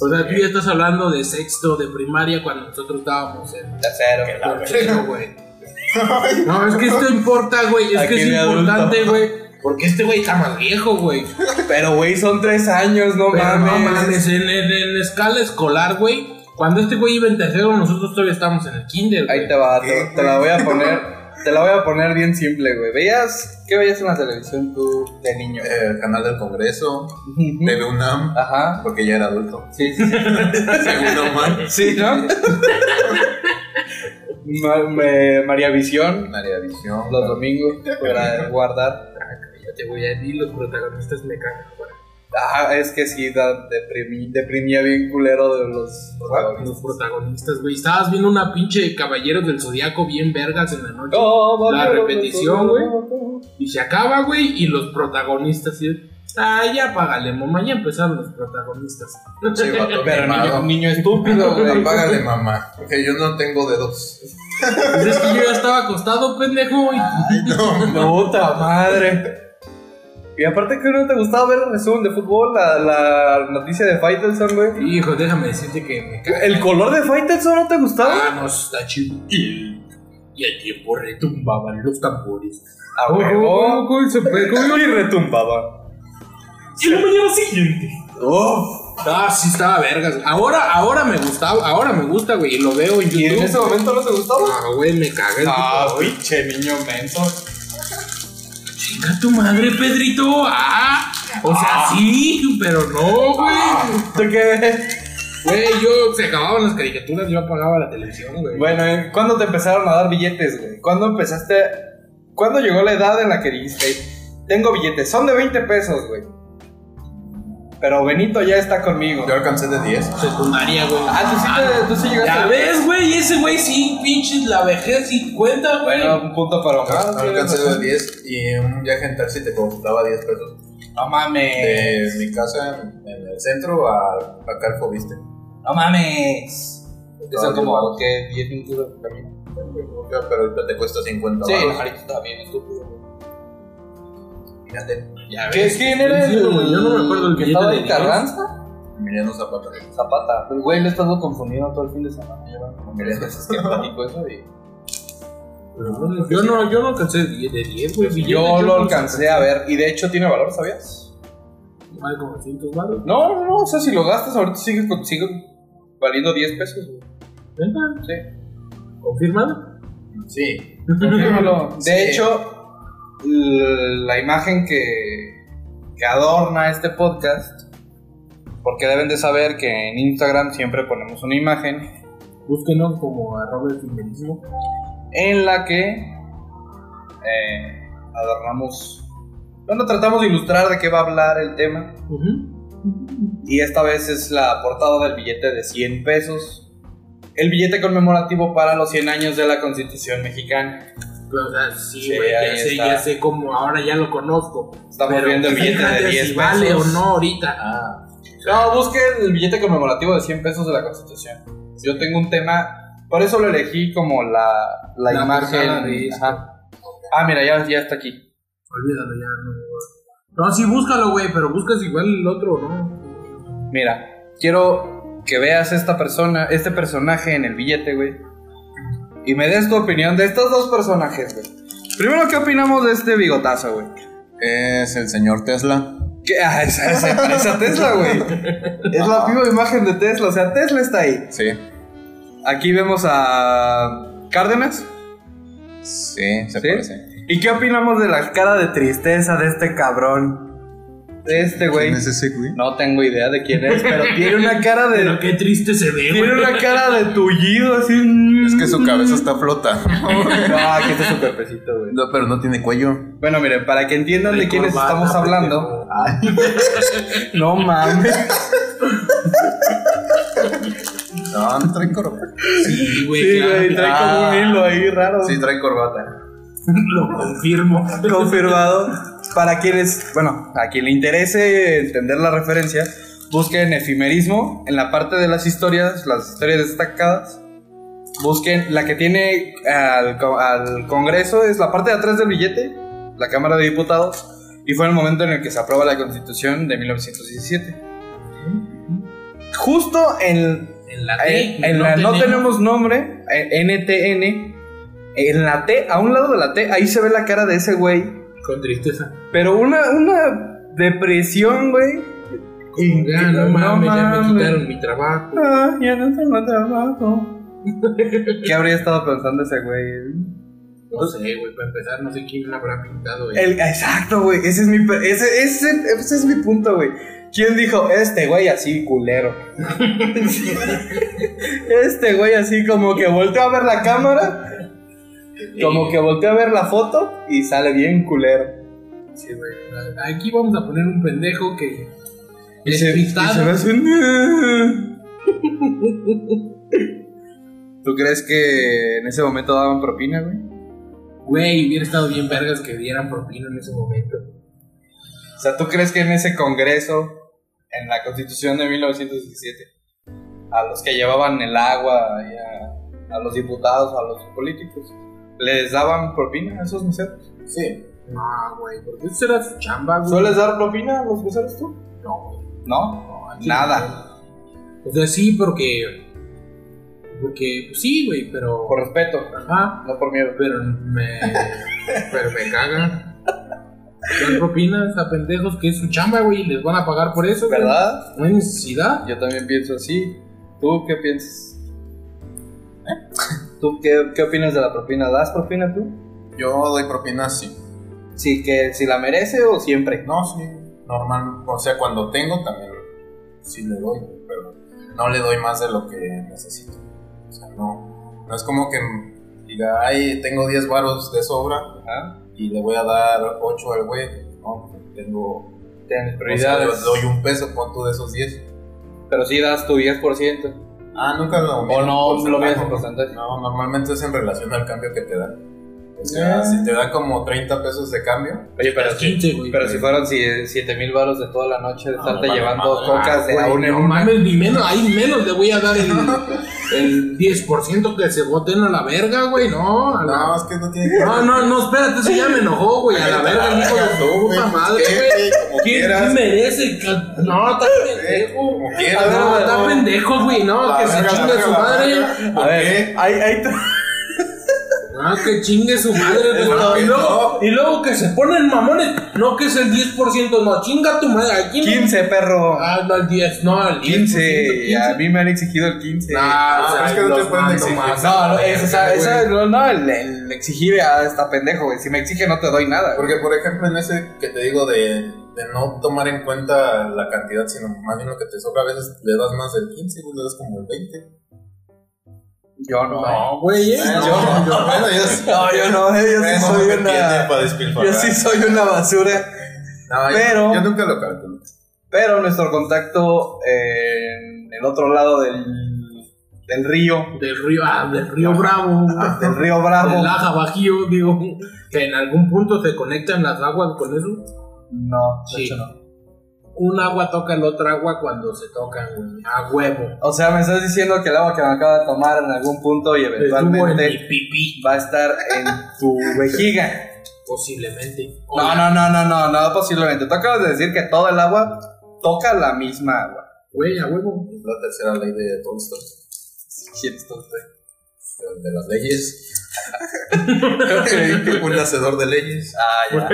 [SPEAKER 2] O sea, tú ya estás hablando de sexto, de primaria, cuando nosotros estábamos en
[SPEAKER 1] Tercero.
[SPEAKER 2] Tercero, güey. No, es que esto importa, güey. Es
[SPEAKER 1] Aquí
[SPEAKER 2] que es
[SPEAKER 1] de adulto.
[SPEAKER 2] importante, güey. Porque este güey está más viejo, güey.
[SPEAKER 1] Pero, güey, son tres años, no
[SPEAKER 2] Pero
[SPEAKER 1] mames.
[SPEAKER 2] no mames, en, en, en escala escolar, güey. Cuando este güey iba en tercero, nosotros todavía estábamos en el kinder, güey.
[SPEAKER 1] Ahí te va, te, te la voy a
[SPEAKER 2] *laughs*
[SPEAKER 1] poner. Te la voy a poner bien simple, güey. ¿Veías? ¿Qué veías en la televisión tú de niño?
[SPEAKER 3] El canal del Congreso, TV UNAM,
[SPEAKER 1] Ajá.
[SPEAKER 3] porque ya era adulto. *laughs*
[SPEAKER 1] Sí, sí.
[SPEAKER 3] Según Omar,
[SPEAKER 1] Sí, ¿no? *laughs* Ma- me- María Visión,
[SPEAKER 3] María Visión.
[SPEAKER 1] los domingos, para guardar.
[SPEAKER 2] Ya te voy a decir, los protagonistas me cagan, güey.
[SPEAKER 1] Ajá, Ah, es que sí, da, deprimí- deprimía bien culero de los protagonistas.
[SPEAKER 2] Los protagonistas, güey. Estabas viendo una pinche Caballeros del Zodiaco bien vergas en la noche.
[SPEAKER 1] La
[SPEAKER 2] La repetición, güey. Y se acaba, güey, y los protagonistas. Y, ah, ya págale, mamá, ya empezaron los protagonistas.
[SPEAKER 3] Sí,
[SPEAKER 2] *laughs*
[SPEAKER 3] vato
[SPEAKER 1] Pero niño,
[SPEAKER 3] mimado.
[SPEAKER 1] niño estúpido, *laughs* güey.
[SPEAKER 3] Apágale, mamá, que yo no tengo dedos.
[SPEAKER 2] Pues es que yo ya estaba acostado, pendejo. Y,
[SPEAKER 3] No,
[SPEAKER 1] Puta madre. Y aparte que no te gustaba ver el resumen de fútbol, la, la noticia de Faitelson, güey.
[SPEAKER 2] Hijo, déjame decirte que me caga.
[SPEAKER 1] ¿El color de Faitelson no te gustaba?
[SPEAKER 2] Ah, no, eso está chido. Y y el tiempo retumbaban los tambores.
[SPEAKER 1] A
[SPEAKER 2] ¿Cómo,
[SPEAKER 1] huevo.
[SPEAKER 2] cómo se fue? ¿Cómo?
[SPEAKER 1] Y retumbaba.
[SPEAKER 2] Y la mañana siguiente.
[SPEAKER 1] Uf.
[SPEAKER 2] Ah, sí estaba vergas. Ahora, ahora me gustaba, ahora me gusta, güey. Y lo veo en
[SPEAKER 1] ¿Y en
[SPEAKER 2] YouTube.
[SPEAKER 1] ese momento no te gustaba?
[SPEAKER 2] Ah, güey, me caga el *laughs*
[SPEAKER 1] Ah,
[SPEAKER 2] tiempo.
[SPEAKER 1] pinche niño menso.
[SPEAKER 2] Chinga tu madre, Pedrito. Ah, o sea, sí, pero no, güey.
[SPEAKER 1] ¿Tú qué?
[SPEAKER 2] Güey, yo se acababan las caricaturas, yo apagaba la televisión, güey.
[SPEAKER 1] Bueno, ¿eh? ¿cuándo te empezaron a dar billetes, güey? ¿Cuándo empezaste? ¿Cuándo llegó la edad en la que dijiste, tengo billetes, son de 20 pesos, güey? Pero Benito ya está conmigo.
[SPEAKER 3] Yo alcancé de 10.
[SPEAKER 2] Secundaria, güey.
[SPEAKER 1] Ah, tú sí, te- tú sí llegaste.
[SPEAKER 2] Ya ves, güey, ese güey sí, pinches, la vejez sí cuenta, güey.
[SPEAKER 1] Bueno, un punto para Omar.
[SPEAKER 3] Yo alcancé de 10 y en un viaje en taxi te costaba 10 pesos.
[SPEAKER 1] No mames.
[SPEAKER 3] De mi casa en, en el centro a, a Calfo, ¿viste?
[SPEAKER 1] No mames. Eso
[SPEAKER 3] No,
[SPEAKER 1] como
[SPEAKER 3] yo-
[SPEAKER 1] que 10 minutos de camino.
[SPEAKER 3] Pero ahorita te cuesta 50
[SPEAKER 1] Sí,
[SPEAKER 3] baros.
[SPEAKER 1] Jarito está bien estúpido. güey.
[SPEAKER 3] Fíjate,
[SPEAKER 2] ya
[SPEAKER 1] ¿Qué, ¿Quién era el,
[SPEAKER 2] Sí, güey, yo no me acuerdo el
[SPEAKER 1] que
[SPEAKER 2] billete
[SPEAKER 1] estaba
[SPEAKER 2] de
[SPEAKER 1] en
[SPEAKER 2] diez.
[SPEAKER 1] Carranza?
[SPEAKER 3] Emiliano Zapata.
[SPEAKER 1] Zapata. Pero, güey, lo he estado confundiendo todo el fin de semana. Llevan varias veces que platico eso y...
[SPEAKER 2] Yo no, yo no alcancé de 10, de 10, güey. billetes,
[SPEAKER 1] pues, Yo lo
[SPEAKER 2] no
[SPEAKER 1] alcancé a ver y de hecho tiene valor, ¿sabías?
[SPEAKER 2] Vale como 200 baros.
[SPEAKER 1] No, no, no, o sea, si lo gastas ahorita sigue, con- sigue valiendo 10 pesos. güey.
[SPEAKER 2] ¿Neta?
[SPEAKER 1] Sí.
[SPEAKER 2] ¿Confirmado?
[SPEAKER 3] Sí.
[SPEAKER 2] *laughs*
[SPEAKER 1] De
[SPEAKER 3] Sí.
[SPEAKER 1] hecho, l- la imagen que, que adorna este podcast, porque deben de saber que en Instagram siempre ponemos una imagen
[SPEAKER 2] Búsquenos como arroba el fingerismo.
[SPEAKER 1] en la que eh, adornamos, bueno, tratamos de ilustrar de qué va a hablar el tema. Y esta vez es la portada del billete de 100 pesos. El billete conmemorativo para los 100 años de la Constitución mexicana.
[SPEAKER 2] Pero, o sea, sí,
[SPEAKER 1] Sí,
[SPEAKER 2] güey, ya
[SPEAKER 1] ahí
[SPEAKER 2] sé,
[SPEAKER 1] está.
[SPEAKER 2] ya sé cómo, ahora ya lo conozco.
[SPEAKER 1] Estamos viendo el billete
[SPEAKER 2] fíjate
[SPEAKER 1] de 10
[SPEAKER 2] si vale o
[SPEAKER 1] pesos.
[SPEAKER 2] no ahorita.
[SPEAKER 3] Ah,
[SPEAKER 1] No, busquen el billete conmemorativo de 100 pesos de la Constitución. Yo tengo un tema, por eso lo elegí como la, la,
[SPEAKER 2] La portada
[SPEAKER 1] imagen.
[SPEAKER 2] de esto.
[SPEAKER 1] Ajá. Ah, mira, ya, ya está aquí.
[SPEAKER 2] Olvídalo ya, no. No, sí, búscalo, güey, pero buscas igual el otro, ¿no?
[SPEAKER 1] Mira, quiero que veas esta persona, este personaje en el billete, güey. Y me des tu opinión de estos dos personajes, güey. Primero, ¿qué opinamos de este bigotazo, güey?
[SPEAKER 3] es el señor Tesla.
[SPEAKER 1] ¿Qué? Ah, esa, esa- esa Tesla, güey. Es la viva imagen de Tesla. O sea, Tesla está ahí.
[SPEAKER 3] Sí.
[SPEAKER 1] Aquí vemos a Cárdenas.
[SPEAKER 3] Sí, se
[SPEAKER 1] ¿Sí?
[SPEAKER 3] parece.
[SPEAKER 1] ¿Y qué opinamos de la cara de tristeza de este cabrón? De este güey.
[SPEAKER 3] ese güey?
[SPEAKER 1] No tengo idea de quién es, pero tiene una cara
[SPEAKER 2] Pero
[SPEAKER 1] de.
[SPEAKER 2] qué triste se ve,
[SPEAKER 1] Tiene
[SPEAKER 2] güey.
[SPEAKER 1] una cara de tullido, así.
[SPEAKER 3] Es que su cabeza
[SPEAKER 1] *laughs*
[SPEAKER 3] está flotando. *laughs*
[SPEAKER 1] No, aquí está su cuerpecito, güey.
[SPEAKER 3] No, pero no tiene cuello.
[SPEAKER 1] Bueno, miren, para que entiendan de
[SPEAKER 2] De
[SPEAKER 1] quiénes
[SPEAKER 2] corbata, ah,
[SPEAKER 1] estamos hablando.
[SPEAKER 2] pendejo.
[SPEAKER 1] No mames.
[SPEAKER 3] No, no trae corbata.
[SPEAKER 2] Sí, güey,
[SPEAKER 1] Sí,
[SPEAKER 2] claro,
[SPEAKER 1] güey, trae como un hilo ahí raro.
[SPEAKER 3] Sí, trae corbata.
[SPEAKER 2] lo confirmo.
[SPEAKER 1] confirmado. Para quienes, bueno, a quien le interese entender la referencia, busquen efimerismo en la parte de las historias, las historias destacadas. Busquen la que tiene al, co- al Congreso, es la parte de atrás del billete, la Cámara de Diputados, y fue el momento en el que se aprueba la Constitución de 1917. Justo en,
[SPEAKER 2] En la
[SPEAKER 1] en, en la no tenemos nombre, eh, NTN, en la T, a un lado de la T, ahí se ve la cara de ese güey
[SPEAKER 2] Con tristeza.
[SPEAKER 1] pero una, una depresión, güey.
[SPEAKER 2] Como, ya, no mames, ya me
[SPEAKER 1] mames.
[SPEAKER 2] quitaron mi trabajo.
[SPEAKER 1] Ah, ya no tengo trabajo. *laughs* ¿Qué habría estado pensando ese güey?
[SPEAKER 2] No sé, güey, para empezar, no sé quién habrá pintado eso.
[SPEAKER 1] El, exacto, güey. Ese es mi per- ese, ese, ese es mi punto, güey. ¿Quién dijo este güey así culero? *laughs* este güey así como que volteó a ver la cámara, como que volteó a ver la foto y sale bien culero.
[SPEAKER 2] Sí, güey. Aquí vamos a poner un pendejo que.
[SPEAKER 1] Y se, y
[SPEAKER 2] despistado.
[SPEAKER 1] se ve así. ¿Tú crees que en ese momento daban propina, güey?
[SPEAKER 2] Güey, hubiera estado bien vergas que dieran propina en ese momento.
[SPEAKER 1] O sea, ¿tú crees que en ese congreso, en la constitución de 1917, a los que llevaban el agua, y a, a los diputados, a los políticos, les daban propina a esos meseros?
[SPEAKER 3] Sí.
[SPEAKER 2] No, güey, porque eso era su chamba, güey.
[SPEAKER 1] ¿Sueles dar propina a los meseros tú?
[SPEAKER 2] No, güey.
[SPEAKER 1] No,
[SPEAKER 2] aquí
[SPEAKER 1] nada.
[SPEAKER 2] O sea, sí, porque. Porque, pues sí, güey, pero.
[SPEAKER 1] Por respeto,
[SPEAKER 2] Ajá.
[SPEAKER 1] no por miedo.
[SPEAKER 2] Pero me. pero me caga. Dan propinas a pendejos que es su chamba, güey, y les van a pagar por eso, güey.
[SPEAKER 1] ¿Verdad?
[SPEAKER 2] No hay necesidad.
[SPEAKER 1] Yo también pienso así. ¿Tú qué piensas? ¿Eh? ¿Tú qué, qué opinas de la propina? ¿Das propina tú?
[SPEAKER 3] Yo doy propina sí.
[SPEAKER 1] Sí, que si la merece o siempre.
[SPEAKER 3] No, sí. Normal. O sea, cuando tengo también sí le doy. Pero no le doy más de lo que necesito. O sea, no, no es como que diga, ay, tengo 10 varos de sobra
[SPEAKER 1] Ajá.
[SPEAKER 3] y le voy a dar 8 al güey. No, tengo.
[SPEAKER 1] Te dan
[SPEAKER 3] O sea,
[SPEAKER 1] prioridades.
[SPEAKER 3] le doy un peso, pon tú de esos 10.
[SPEAKER 1] Pero sí das tu 10%.
[SPEAKER 3] Ah, nunca lo mido
[SPEAKER 1] O no,
[SPEAKER 3] en
[SPEAKER 1] lo mides en
[SPEAKER 3] ¿no?
[SPEAKER 1] porcentaje.
[SPEAKER 3] No, normalmente es en relación al cambio que te dan. O sea, si te da como 30 pesos de cambio,
[SPEAKER 1] Oye, pero,
[SPEAKER 2] Las
[SPEAKER 1] si-
[SPEAKER 2] 15, güey.
[SPEAKER 1] pero si fueron 7 mil baros de toda la noche de
[SPEAKER 3] No,
[SPEAKER 1] estarte
[SPEAKER 3] me vale
[SPEAKER 1] llevando
[SPEAKER 3] madre.
[SPEAKER 1] cocas de a
[SPEAKER 2] Güey,
[SPEAKER 1] un en
[SPEAKER 2] no
[SPEAKER 1] una.
[SPEAKER 2] mames, ni menos, ahí menos le voy a dar el, el 10% que se voten a la verga, güey, Ah, no, a
[SPEAKER 3] no,
[SPEAKER 2] la-
[SPEAKER 3] es que no tiene que
[SPEAKER 2] no, no, no, espérate, eso ya me enojó, güey, a la verga, el hijo de su puta madre, güey.
[SPEAKER 3] Como
[SPEAKER 2] ¿Quién,
[SPEAKER 3] quieras.
[SPEAKER 2] quién merece? ca- No, está pendejo.
[SPEAKER 3] Como
[SPEAKER 2] A
[SPEAKER 3] quieras.
[SPEAKER 2] ver,
[SPEAKER 1] no,
[SPEAKER 2] está
[SPEAKER 1] no.
[SPEAKER 2] pendejo, güey, no, que se chingue su madre.
[SPEAKER 1] A ver, ahí, ahí te-
[SPEAKER 2] No, que chingue su madre, güey.
[SPEAKER 3] Bueno,
[SPEAKER 2] y,
[SPEAKER 3] que
[SPEAKER 2] luego, y luego que se ponen mamones. No, que es el 10%, no, chinga tu madre. ¿A quién?
[SPEAKER 1] 15, perro.
[SPEAKER 2] Ah, no, el 10, no, el
[SPEAKER 1] 15.
[SPEAKER 2] 10%,
[SPEAKER 1] A mí me han exigido el 15.
[SPEAKER 2] Nah, o
[SPEAKER 3] Ah,
[SPEAKER 2] sea,
[SPEAKER 3] es que no te
[SPEAKER 2] los
[SPEAKER 3] pueden
[SPEAKER 2] mando
[SPEAKER 3] exigir.
[SPEAKER 2] más.
[SPEAKER 1] No, no, es, esa,
[SPEAKER 2] Güey.
[SPEAKER 1] esa- no, no, el, el exigir ya está pendejo, güey. Si me exige no te doy nada. güey.
[SPEAKER 3] Porque, por ejemplo, en ese que te digo de, de no tomar en cuenta la cantidad, sino más bien lo que te sobra, a veces le das más del 15, güey, le das como el 20.
[SPEAKER 1] Yo no. güey.
[SPEAKER 2] No, güey, eh,
[SPEAKER 3] Bueno,
[SPEAKER 2] no.
[SPEAKER 3] yo, yo, bueno, *laughs* yo sí.
[SPEAKER 1] No, yo no, eh, yo sí
[SPEAKER 3] Bueno,
[SPEAKER 1] soy
[SPEAKER 3] me tiene
[SPEAKER 1] una.
[SPEAKER 3] para despilfarrar.
[SPEAKER 1] Yo sí soy una basura.
[SPEAKER 3] No, Ah, yo-
[SPEAKER 1] pero-
[SPEAKER 3] Yo nunca lo calculo.
[SPEAKER 1] Pero nuestro contacto eh, en el otro lado del, del río,
[SPEAKER 2] Del río, ah, del río Bravo.
[SPEAKER 1] Ah, del río Bravo,
[SPEAKER 2] Del Aja Bajío, digo. Que en algún punto se conectan las aguas con eso.
[SPEAKER 1] no, de
[SPEAKER 2] Sí.
[SPEAKER 1] hecho no.
[SPEAKER 2] Un agua toca el otra agua cuando se tocan, güey. A huevo.
[SPEAKER 1] O sea, me estás diciendo que el agua que me acaba de tomar en algún punto y
[SPEAKER 2] Estuvo en mi
[SPEAKER 1] eventualmente
[SPEAKER 2] pipí,
[SPEAKER 1] va a estar en tu
[SPEAKER 2] *laughs*
[SPEAKER 1] vejiga.
[SPEAKER 2] posiblemente. O
[SPEAKER 1] No, no, no, no, no, no, posiblemente. Tú acabas de decir que toda el agua toca la misma agua.
[SPEAKER 2] Güey, a huevo.
[SPEAKER 3] Es la tercera ley de Tolstoy,
[SPEAKER 1] ¿Quién es Tolstoy?
[SPEAKER 3] de- de las *laughs* leyes. Creo que leí que fue *laughs* un hacedor de leyes.
[SPEAKER 1] Ah, ya.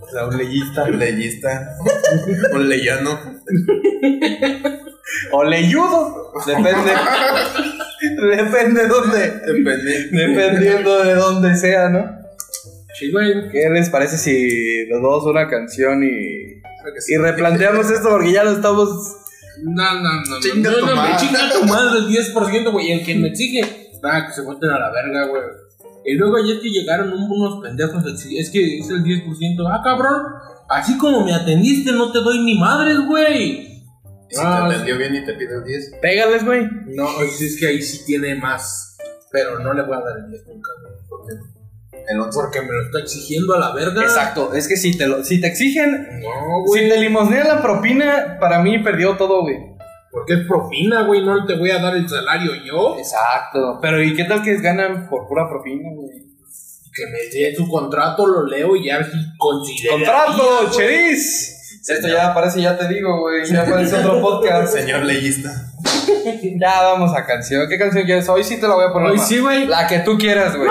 [SPEAKER 1] O sea, un leyista.
[SPEAKER 3] Un leyista. Un leyano.
[SPEAKER 1] O leyudo. Depende.
[SPEAKER 2] *laughs*
[SPEAKER 1] Depende dónde.
[SPEAKER 3] Depende.
[SPEAKER 1] Dependiendo de dónde sea, ¿no?
[SPEAKER 2] Sí, güey.
[SPEAKER 1] ¿Qué les parece si nos damos una canción y,
[SPEAKER 3] Creo que sí.
[SPEAKER 1] y replanteamos esto? Porque ya lo estamos.
[SPEAKER 2] No, no, no.
[SPEAKER 3] Chinga
[SPEAKER 2] no, no,
[SPEAKER 3] tu
[SPEAKER 2] me
[SPEAKER 3] madre.
[SPEAKER 2] Chinga tu madre el 10%, güey. El que me exige. Nada, que se voten a la verga, güey. Y luego ayer que llegaron un- unos pendejos. a exigir- Es que es el 10%. Ah, cabrón. Así como me atendiste, no te doy ni madres, güey.
[SPEAKER 3] Y si te
[SPEAKER 2] Ah,
[SPEAKER 3] atendió bien y te pide el 10.
[SPEAKER 1] Pégales, güey.
[SPEAKER 2] No, es es que ahí sí tiene más. Pero no le voy a dar el 10 nunca, güey. ¿por qué?
[SPEAKER 3] El 11.
[SPEAKER 2] Porque me lo está exigiendo a la verga.
[SPEAKER 1] Exacto. Es que si te, lo, si te exigen.
[SPEAKER 2] No, güey.
[SPEAKER 1] Si te limosnean la propina, para mí perdió todo, güey.
[SPEAKER 2] Porque es propina, güey. No te voy a dar el salario yo.
[SPEAKER 1] Exacto. Pero ¿y qué tal que ganan por pura propina, güey?
[SPEAKER 2] Que me dé su contrato, lo leo y ya sí consideraría,
[SPEAKER 1] ¡Contrato,
[SPEAKER 2] güey.
[SPEAKER 1] Cheris! Esto ya parece, ya te digo, güey. Ya parece otro *laughs* podcast.
[SPEAKER 3] Señor leyista.
[SPEAKER 1] Ya vamos a canción. ¿Qué canción quieres? Hoy sí te la voy a poner.
[SPEAKER 2] Hoy
[SPEAKER 1] ma.
[SPEAKER 2] sí, güey.
[SPEAKER 1] La que tú quieras, güey.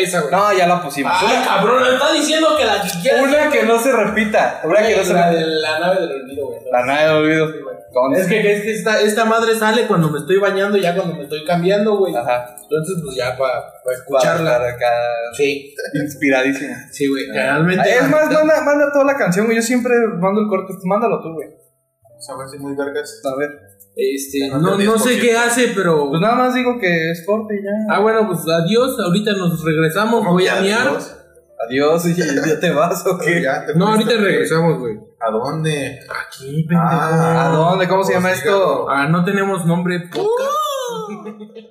[SPEAKER 2] Esa, güey.
[SPEAKER 1] No, ya la pusimos.
[SPEAKER 2] Ay, cabrón, le está diciendo que la que quieras.
[SPEAKER 1] Una que no se repita. Una que no se
[SPEAKER 2] la,
[SPEAKER 1] repita.
[SPEAKER 2] de la nave del olvido, güey.
[SPEAKER 1] La nave del olvido. Con-
[SPEAKER 2] Es que, es que esta, esta madre sale cuando me estoy bañando, ya cuando me estoy cambiando, güey.
[SPEAKER 1] Ajá.
[SPEAKER 2] Entonces, pues ya para escucharla.
[SPEAKER 1] Va a estar acá
[SPEAKER 2] Sí,
[SPEAKER 1] Inspiradísima.
[SPEAKER 2] sí, güey. Realmente.
[SPEAKER 1] Ah. Es más, manda, manda toda la canción, güey. Yo siempre mando el corte. Mándalo tú, güey.
[SPEAKER 3] A ver si muy vergas.
[SPEAKER 1] A ver.
[SPEAKER 2] Este,
[SPEAKER 3] no
[SPEAKER 2] no,
[SPEAKER 3] del
[SPEAKER 2] no sé
[SPEAKER 3] 10%.
[SPEAKER 2] qué hace, pero.
[SPEAKER 1] Pues nada más digo que es corte y ya.
[SPEAKER 2] Ah, bueno, pues adiós. Ahorita nos regresamos.
[SPEAKER 3] ¿Cómo
[SPEAKER 2] Voy
[SPEAKER 3] que
[SPEAKER 2] a miar.
[SPEAKER 3] adiós?
[SPEAKER 1] Adiós, y ya te vas o qué.
[SPEAKER 3] Ya, te
[SPEAKER 2] No, ahorita
[SPEAKER 3] fuiste,
[SPEAKER 1] Este,
[SPEAKER 3] ¿o qué?
[SPEAKER 2] regresamos, güey.
[SPEAKER 3] ¿A dónde?
[SPEAKER 2] Aquí, pendejo.
[SPEAKER 1] ¿A
[SPEAKER 3] Ah,
[SPEAKER 1] dónde? ¿Cómo se llama
[SPEAKER 3] Pues
[SPEAKER 1] esto?
[SPEAKER 2] Ah, no tenemos nombre.
[SPEAKER 1] Uh,
[SPEAKER 2] podcast.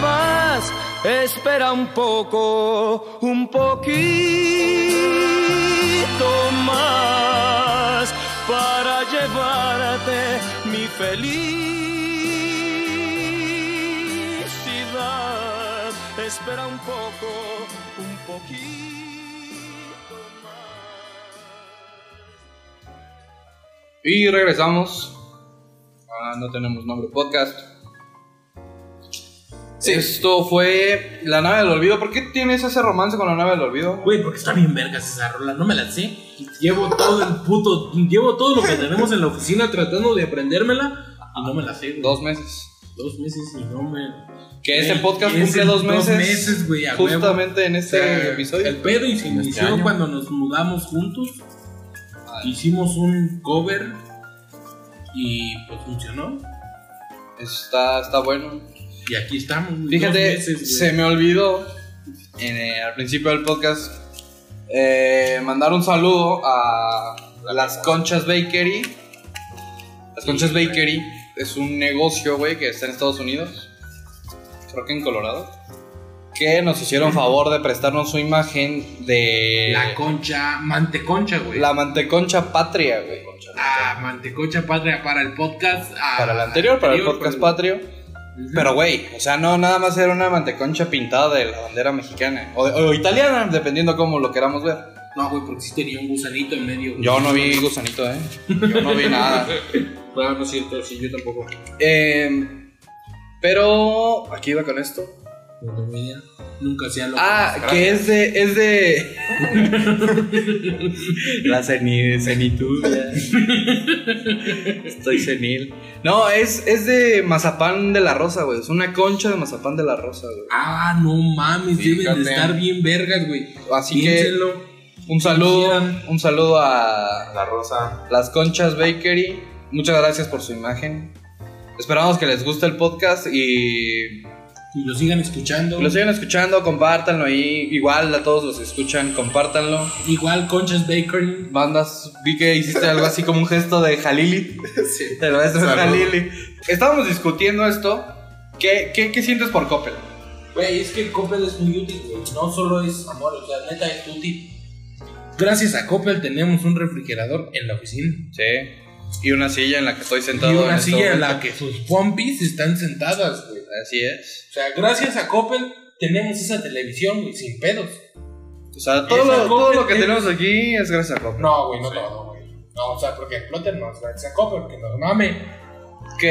[SPEAKER 4] vas. Espera un poco, un poquito más para llevarte mi felicidad. Espera un poco, un poquito más.
[SPEAKER 1] Y regresamos. Ah, no tenemos nombre podcast. Esto fue La nave del olvido. ¿Por qué tienes ese romance con la nave del olvido?
[SPEAKER 2] Güey, porque está bien vergas esa rola, no me la sé. Llevo todo el puto, llevo todo lo que tenemos en la oficina tratando de aprendérmela y no me la sé, güey.
[SPEAKER 1] Dos meses.
[SPEAKER 2] Dos meses y no me.
[SPEAKER 1] Que este
[SPEAKER 2] Güey,
[SPEAKER 1] podcast
[SPEAKER 2] es
[SPEAKER 1] cumple
[SPEAKER 2] en
[SPEAKER 1] dos meses.
[SPEAKER 2] meses, güey, a huevo.
[SPEAKER 1] justamente en
[SPEAKER 2] O
[SPEAKER 1] este
[SPEAKER 2] sea,
[SPEAKER 1] episodio.
[SPEAKER 2] El pedo y se
[SPEAKER 3] En este
[SPEAKER 2] inició
[SPEAKER 3] año.
[SPEAKER 2] cuando nos mudamos juntos. Hicimos un cover y pues funcionó.
[SPEAKER 1] Está, está bueno.
[SPEAKER 2] Y aquí estamos. güey,
[SPEAKER 1] Fíjate,
[SPEAKER 2] dos meses, güey.
[SPEAKER 1] se me olvidó en, eh, al principio del podcast eh, mandar un saludo a las Conchas Bakery. Las Conchas Bakery es un negocio, güey, que está en Estados Unidos. Creo que en Colorado. Que nos hicieron favor de prestarnos su imagen de
[SPEAKER 2] La concha, manteconcha, güey.
[SPEAKER 1] la manteconcha patria, güey.
[SPEAKER 2] La manteconcha patria para el podcast. ah,
[SPEAKER 1] Para el anterior, para el
[SPEAKER 2] anterior,
[SPEAKER 1] podcast
[SPEAKER 2] pero-
[SPEAKER 1] patrio. Pero, güey, o sea, no, nada más era una manteconcha pintada de la bandera mexicana. O, o italiana, dependiendo cómo lo queramos ver.
[SPEAKER 2] No, güey, porque sí tenía un gusanito en medio. güey.
[SPEAKER 1] Yo no vi gusanito, ¿eh? Yo no vi nada.
[SPEAKER 2] No, no es cierto, sí, yo tampoco.
[SPEAKER 1] Eh, pero, aquí iba con esto.
[SPEAKER 2] No tengo idea. Nunca hacía lo
[SPEAKER 1] Ah, que es de... Es de... la ceni- cenitud. ya. Estoy senil. No, es, es de mazapán de la rosa, güey. Es una concha de mazapán de la rosa, güey.
[SPEAKER 2] Ah, no mames,
[SPEAKER 3] Fíjate.
[SPEAKER 2] deben de estar bien vergas, güey.
[SPEAKER 1] Así que-
[SPEAKER 2] Piénsenlo.
[SPEAKER 1] Un saludo, un saludo a
[SPEAKER 3] La rosa.
[SPEAKER 1] Las Conchas Bakery. Muchas gracias por su imagen. Esperamos que les guste el podcast y
[SPEAKER 2] Y lo sigan escuchando.
[SPEAKER 1] lo sigan escuchando, compártanlo ahí. Igual a todos los que escuchan, compártanlo.
[SPEAKER 2] Igual Conchas Bakery.
[SPEAKER 1] Bandas, vi que hiciste algo así como un gesto de *laughs* Jalili.
[SPEAKER 3] Sí.
[SPEAKER 1] Te lo ves
[SPEAKER 3] Saludo.
[SPEAKER 1] Jalili. Estábamos discutiendo esto. ¿Qué, qué, qué sientes por Coppel?
[SPEAKER 2] Güey, es que Coppel es muy útil, güey. No solo es amor, o sea, neta es útil. Gracias a Coppel tenemos un refrigerador en la oficina.
[SPEAKER 1] Sí. Y una silla en la que estoy sentado.
[SPEAKER 2] Y una
[SPEAKER 1] este
[SPEAKER 2] silla en la
[SPEAKER 1] momento.
[SPEAKER 2] que sus pompis están sentadas, güey.
[SPEAKER 1] Así es.
[SPEAKER 2] O sea, gracias a Coppel tenemos esa televisión, güey, sin pedos.
[SPEAKER 1] O sea, todo,
[SPEAKER 2] Esa
[SPEAKER 1] lo, todo
[SPEAKER 2] Coppel
[SPEAKER 1] lo que
[SPEAKER 2] tiene-
[SPEAKER 1] tenemos aquí es gracias a Coppel.
[SPEAKER 2] No, güey, no todo, güey. No, o sea, porque exploten no es gracias a Coppel, que nos mame.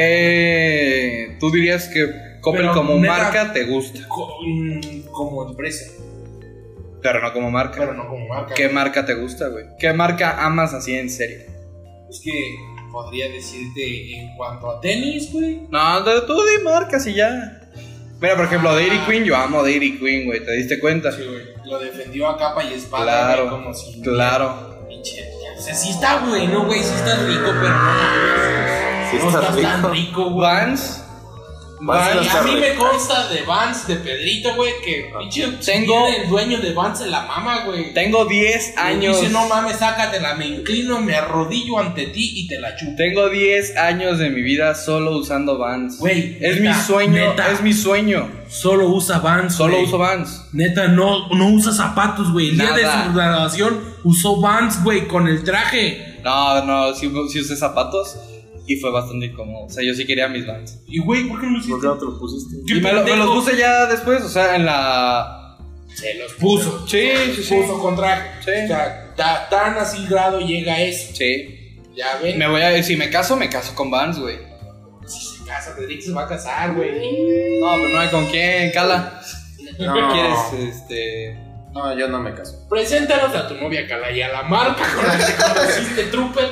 [SPEAKER 1] ¿Qué tú dirías que Coppel
[SPEAKER 2] Pero,
[SPEAKER 1] como
[SPEAKER 2] neta.
[SPEAKER 1] marca te gusta?
[SPEAKER 2] Co- mm, como empresa,
[SPEAKER 1] Pero no como marca.
[SPEAKER 2] pero no como marca.
[SPEAKER 1] ¿Qué marca te gusta, güey? ¿Qué marca amas así en serio?
[SPEAKER 2] Es que podría decirte en cuanto a tenis, güey.
[SPEAKER 1] No, de- tú di marcas y ya. Mira, por ejemplo, Dairy Queen, yo amo Dairy Queen, güey, ¿te diste cuenta?
[SPEAKER 2] Ah. Sí, güey. Lo defendió a capa y espada,
[SPEAKER 1] Claro,
[SPEAKER 2] güey, como si...
[SPEAKER 1] claro.
[SPEAKER 2] Pinche, o sea, sí está bueno, güey, sí está rico, pero no mames.
[SPEAKER 3] Sí
[SPEAKER 2] no
[SPEAKER 3] está
[SPEAKER 2] estás tan
[SPEAKER 3] rico.
[SPEAKER 2] rico, güey.
[SPEAKER 1] Vans,
[SPEAKER 3] Vans no
[SPEAKER 2] Y
[SPEAKER 3] está
[SPEAKER 2] a mí
[SPEAKER 3] rico.
[SPEAKER 2] me consta de Vans, de Pedrito, güey, que pinche
[SPEAKER 1] Tengo-
[SPEAKER 2] el dueño de Vans en la mama, güey.
[SPEAKER 1] tengo 10 años.
[SPEAKER 2] Dice, no mames, sácatela, me inclino, me arrodillo ante ti y te la chupo.
[SPEAKER 1] Tengo 10 años de mi vida solo usando Vans.
[SPEAKER 2] Güey,
[SPEAKER 1] es
[SPEAKER 2] neta,
[SPEAKER 1] mi sueño,
[SPEAKER 2] neta.
[SPEAKER 1] es mi sueño.
[SPEAKER 2] Solo usa Vans,
[SPEAKER 1] Solo
[SPEAKER 2] güey.
[SPEAKER 1] uso Vans.
[SPEAKER 2] Neta, no, no usa zapatos, güey. El día de
[SPEAKER 1] Nada.
[SPEAKER 2] su graduación usó Vans, güey, con el traje.
[SPEAKER 1] No, no, sí, sí usé zapatos y fue bastante incómodo. O sea, yo sí quería mis Vans.
[SPEAKER 2] Y, güey, ¿por qué no
[SPEAKER 3] ¿Por
[SPEAKER 2] hiciste?
[SPEAKER 3] qué no te lo pusiste?
[SPEAKER 2] ¿Qué
[SPEAKER 1] Y me, lo- me
[SPEAKER 2] pendejo?
[SPEAKER 1] los puse ya después, o sea, en la...
[SPEAKER 2] Se los puso.
[SPEAKER 1] Sí, sí, sí.
[SPEAKER 2] Puso con traje.
[SPEAKER 1] Sí.
[SPEAKER 2] O sea, ta- tan así grado llega eso.
[SPEAKER 1] Sí.
[SPEAKER 2] Ya ven.
[SPEAKER 1] Me voy a... Si me caso, me caso con Vans, güey.
[SPEAKER 2] Si se casa, Pedrito se va a casar, güey.
[SPEAKER 1] No, pero no hay con quién, Cala.
[SPEAKER 3] No.
[SPEAKER 1] ¿Qué quieres, este...?
[SPEAKER 3] No, yo no me caso.
[SPEAKER 2] Preséntanos a tu novia, Cala, y a la marca con la que conociste, Trooper.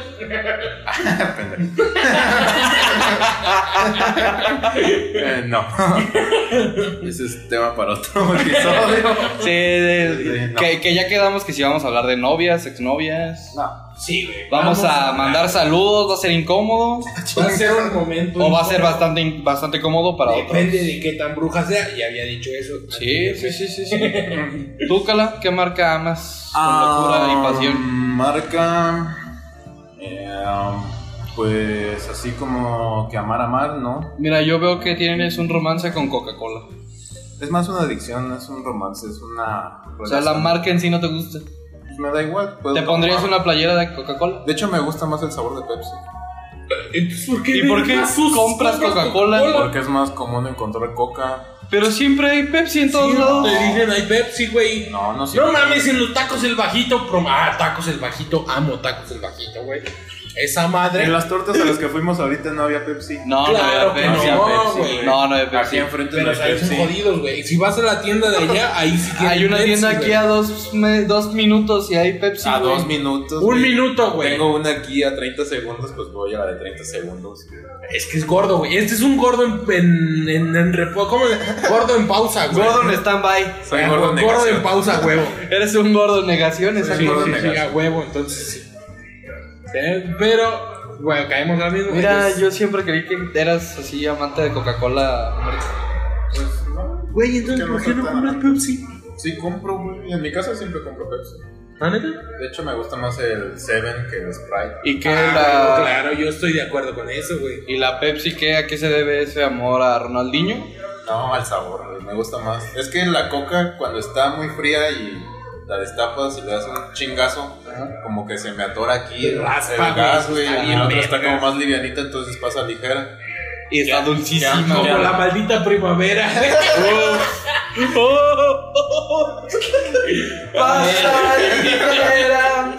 [SPEAKER 3] Eh, no. *laughs* Ese es tema para otro episodio.
[SPEAKER 1] Sí, de-
[SPEAKER 3] Sí, no.
[SPEAKER 1] que, que ya quedamos que si vamos a hablar de novias, exnovias.
[SPEAKER 3] No.
[SPEAKER 2] Sí, güey.
[SPEAKER 1] Vamos, a, mandar saludos, va a ser incómodo.
[SPEAKER 3] *laughs*
[SPEAKER 2] Va a ser un momento.
[SPEAKER 1] o va a ser
[SPEAKER 2] incómodo.
[SPEAKER 1] bastante, in- bastante cómodo para otros.
[SPEAKER 2] Depende de qué tan bruja sea. Y había dicho eso.
[SPEAKER 1] Sí, sí, sí, sí, sí.
[SPEAKER 3] *laughs*
[SPEAKER 1] Tú, Cala, ¿qué marca amas con locura y
[SPEAKER 3] Ah,
[SPEAKER 1] pasión?
[SPEAKER 3] Marca. eh, pues así como que amar, amar, ¿no?
[SPEAKER 1] Mira, yo veo que tienes un romance con Coca-Cola.
[SPEAKER 3] Es más una adicción, no es un romance, es una.
[SPEAKER 1] O sea, la marca en sí no te gusta.
[SPEAKER 3] Me da igual. puedo
[SPEAKER 1] ¿Te pondrías
[SPEAKER 3] tomar.
[SPEAKER 1] una playera de Coca-Cola?
[SPEAKER 3] De hecho, me gusta más el sabor de Pepsi.
[SPEAKER 2] Entonces, ¿por qué
[SPEAKER 1] ¿Y por qué
[SPEAKER 2] vergas usas
[SPEAKER 1] compras Coca-Cola?
[SPEAKER 3] Porque es más común encontrar coca.
[SPEAKER 1] Pero siempre hay Pepsi en todos
[SPEAKER 2] Sí,
[SPEAKER 1] lados.
[SPEAKER 2] Te dicen, hay Pepsi, güey.
[SPEAKER 3] No, no sé.
[SPEAKER 2] No mames, en los tacos el bajito. prom- Ah, tacos el bajito. Amo tacos el bajito, güey. Esa madre.
[SPEAKER 3] En las tortas a las que fuimos ahorita no había Pepsi.
[SPEAKER 1] No,
[SPEAKER 2] Claro
[SPEAKER 1] no
[SPEAKER 2] que
[SPEAKER 1] había Pepsi.
[SPEAKER 2] no,
[SPEAKER 1] Pepsi.
[SPEAKER 2] güey.
[SPEAKER 1] No, no había
[SPEAKER 3] Aquí
[SPEAKER 1] Pepsi.
[SPEAKER 3] enfrente
[SPEAKER 2] Pero
[SPEAKER 3] no
[SPEAKER 2] o sea,
[SPEAKER 3] hay
[SPEAKER 2] son
[SPEAKER 3] Pepsi.
[SPEAKER 2] jodidos, güey. Si vas a la tienda de allá, ahí sí tienen
[SPEAKER 1] Hay una
[SPEAKER 2] Pepsi,
[SPEAKER 1] tienda aquí
[SPEAKER 2] güey.
[SPEAKER 1] a dos, me- dos minutos y hay Pepsi.
[SPEAKER 3] a
[SPEAKER 1] güey.
[SPEAKER 3] dos minutos.
[SPEAKER 2] Un
[SPEAKER 3] güey.
[SPEAKER 2] minuto, güey.
[SPEAKER 3] Tengo una aquí a 30 segundos, pues voy a la de 30 segundos.
[SPEAKER 2] Es que es gordo, güey. Este es un gordo en, en, en, en repo- ¿Cómo? le- Gordo en pausa, güey.
[SPEAKER 1] Gordo en stand-by.
[SPEAKER 3] Soy
[SPEAKER 2] Ah,
[SPEAKER 3] gordo en negación.
[SPEAKER 2] en pausa, huevo.
[SPEAKER 1] Eres un gordo en ah, negación,
[SPEAKER 2] Sí,
[SPEAKER 1] esa
[SPEAKER 2] sí,
[SPEAKER 1] cosa.
[SPEAKER 3] en
[SPEAKER 2] sí,
[SPEAKER 3] negación.
[SPEAKER 2] a huevo, entonces sí. Eh, Pero, bueno, caemos Pues, la misma.
[SPEAKER 1] Mira,
[SPEAKER 2] Entonces,
[SPEAKER 1] yo siempre creí que eras así amante de Coca-Cola. hombre.
[SPEAKER 3] Pues, no.
[SPEAKER 2] Güey, entonces,
[SPEAKER 3] Es que
[SPEAKER 2] ¿por
[SPEAKER 3] no
[SPEAKER 2] qué no
[SPEAKER 3] falta
[SPEAKER 2] compras
[SPEAKER 3] nada.
[SPEAKER 2] Pepsi?
[SPEAKER 3] Sí, compro, güey. En mi casa siempre compro Pepsi.
[SPEAKER 2] ¿La neta?
[SPEAKER 3] De hecho, me gusta más el Seven que el Sprite.
[SPEAKER 1] ¿Y qué
[SPEAKER 2] Ah,
[SPEAKER 1] la,
[SPEAKER 2] bueno, claro, yo estoy de acuerdo con eso, güey.
[SPEAKER 1] ¿Y la Pepsi qué? ¿A qué se debe ese amor a Ronaldinho?
[SPEAKER 3] No, al sabor, güey, me gusta más. Es que la coca cuando está muy fría y la destapas y le das un chingazo, como que se me atora aquí
[SPEAKER 2] Te
[SPEAKER 3] el
[SPEAKER 2] raspa,
[SPEAKER 3] gas,
[SPEAKER 2] güey,
[SPEAKER 3] güey,
[SPEAKER 2] está
[SPEAKER 3] y
[SPEAKER 2] bien
[SPEAKER 3] la otra está
[SPEAKER 2] verga.
[SPEAKER 3] como más livianita, entonces pasa ligera.
[SPEAKER 1] Y está
[SPEAKER 3] Ya,
[SPEAKER 1] dulcísima.
[SPEAKER 3] ya,
[SPEAKER 2] Como
[SPEAKER 3] ya.
[SPEAKER 2] la maldita *laughs* primavera.
[SPEAKER 1] Pasa ligera,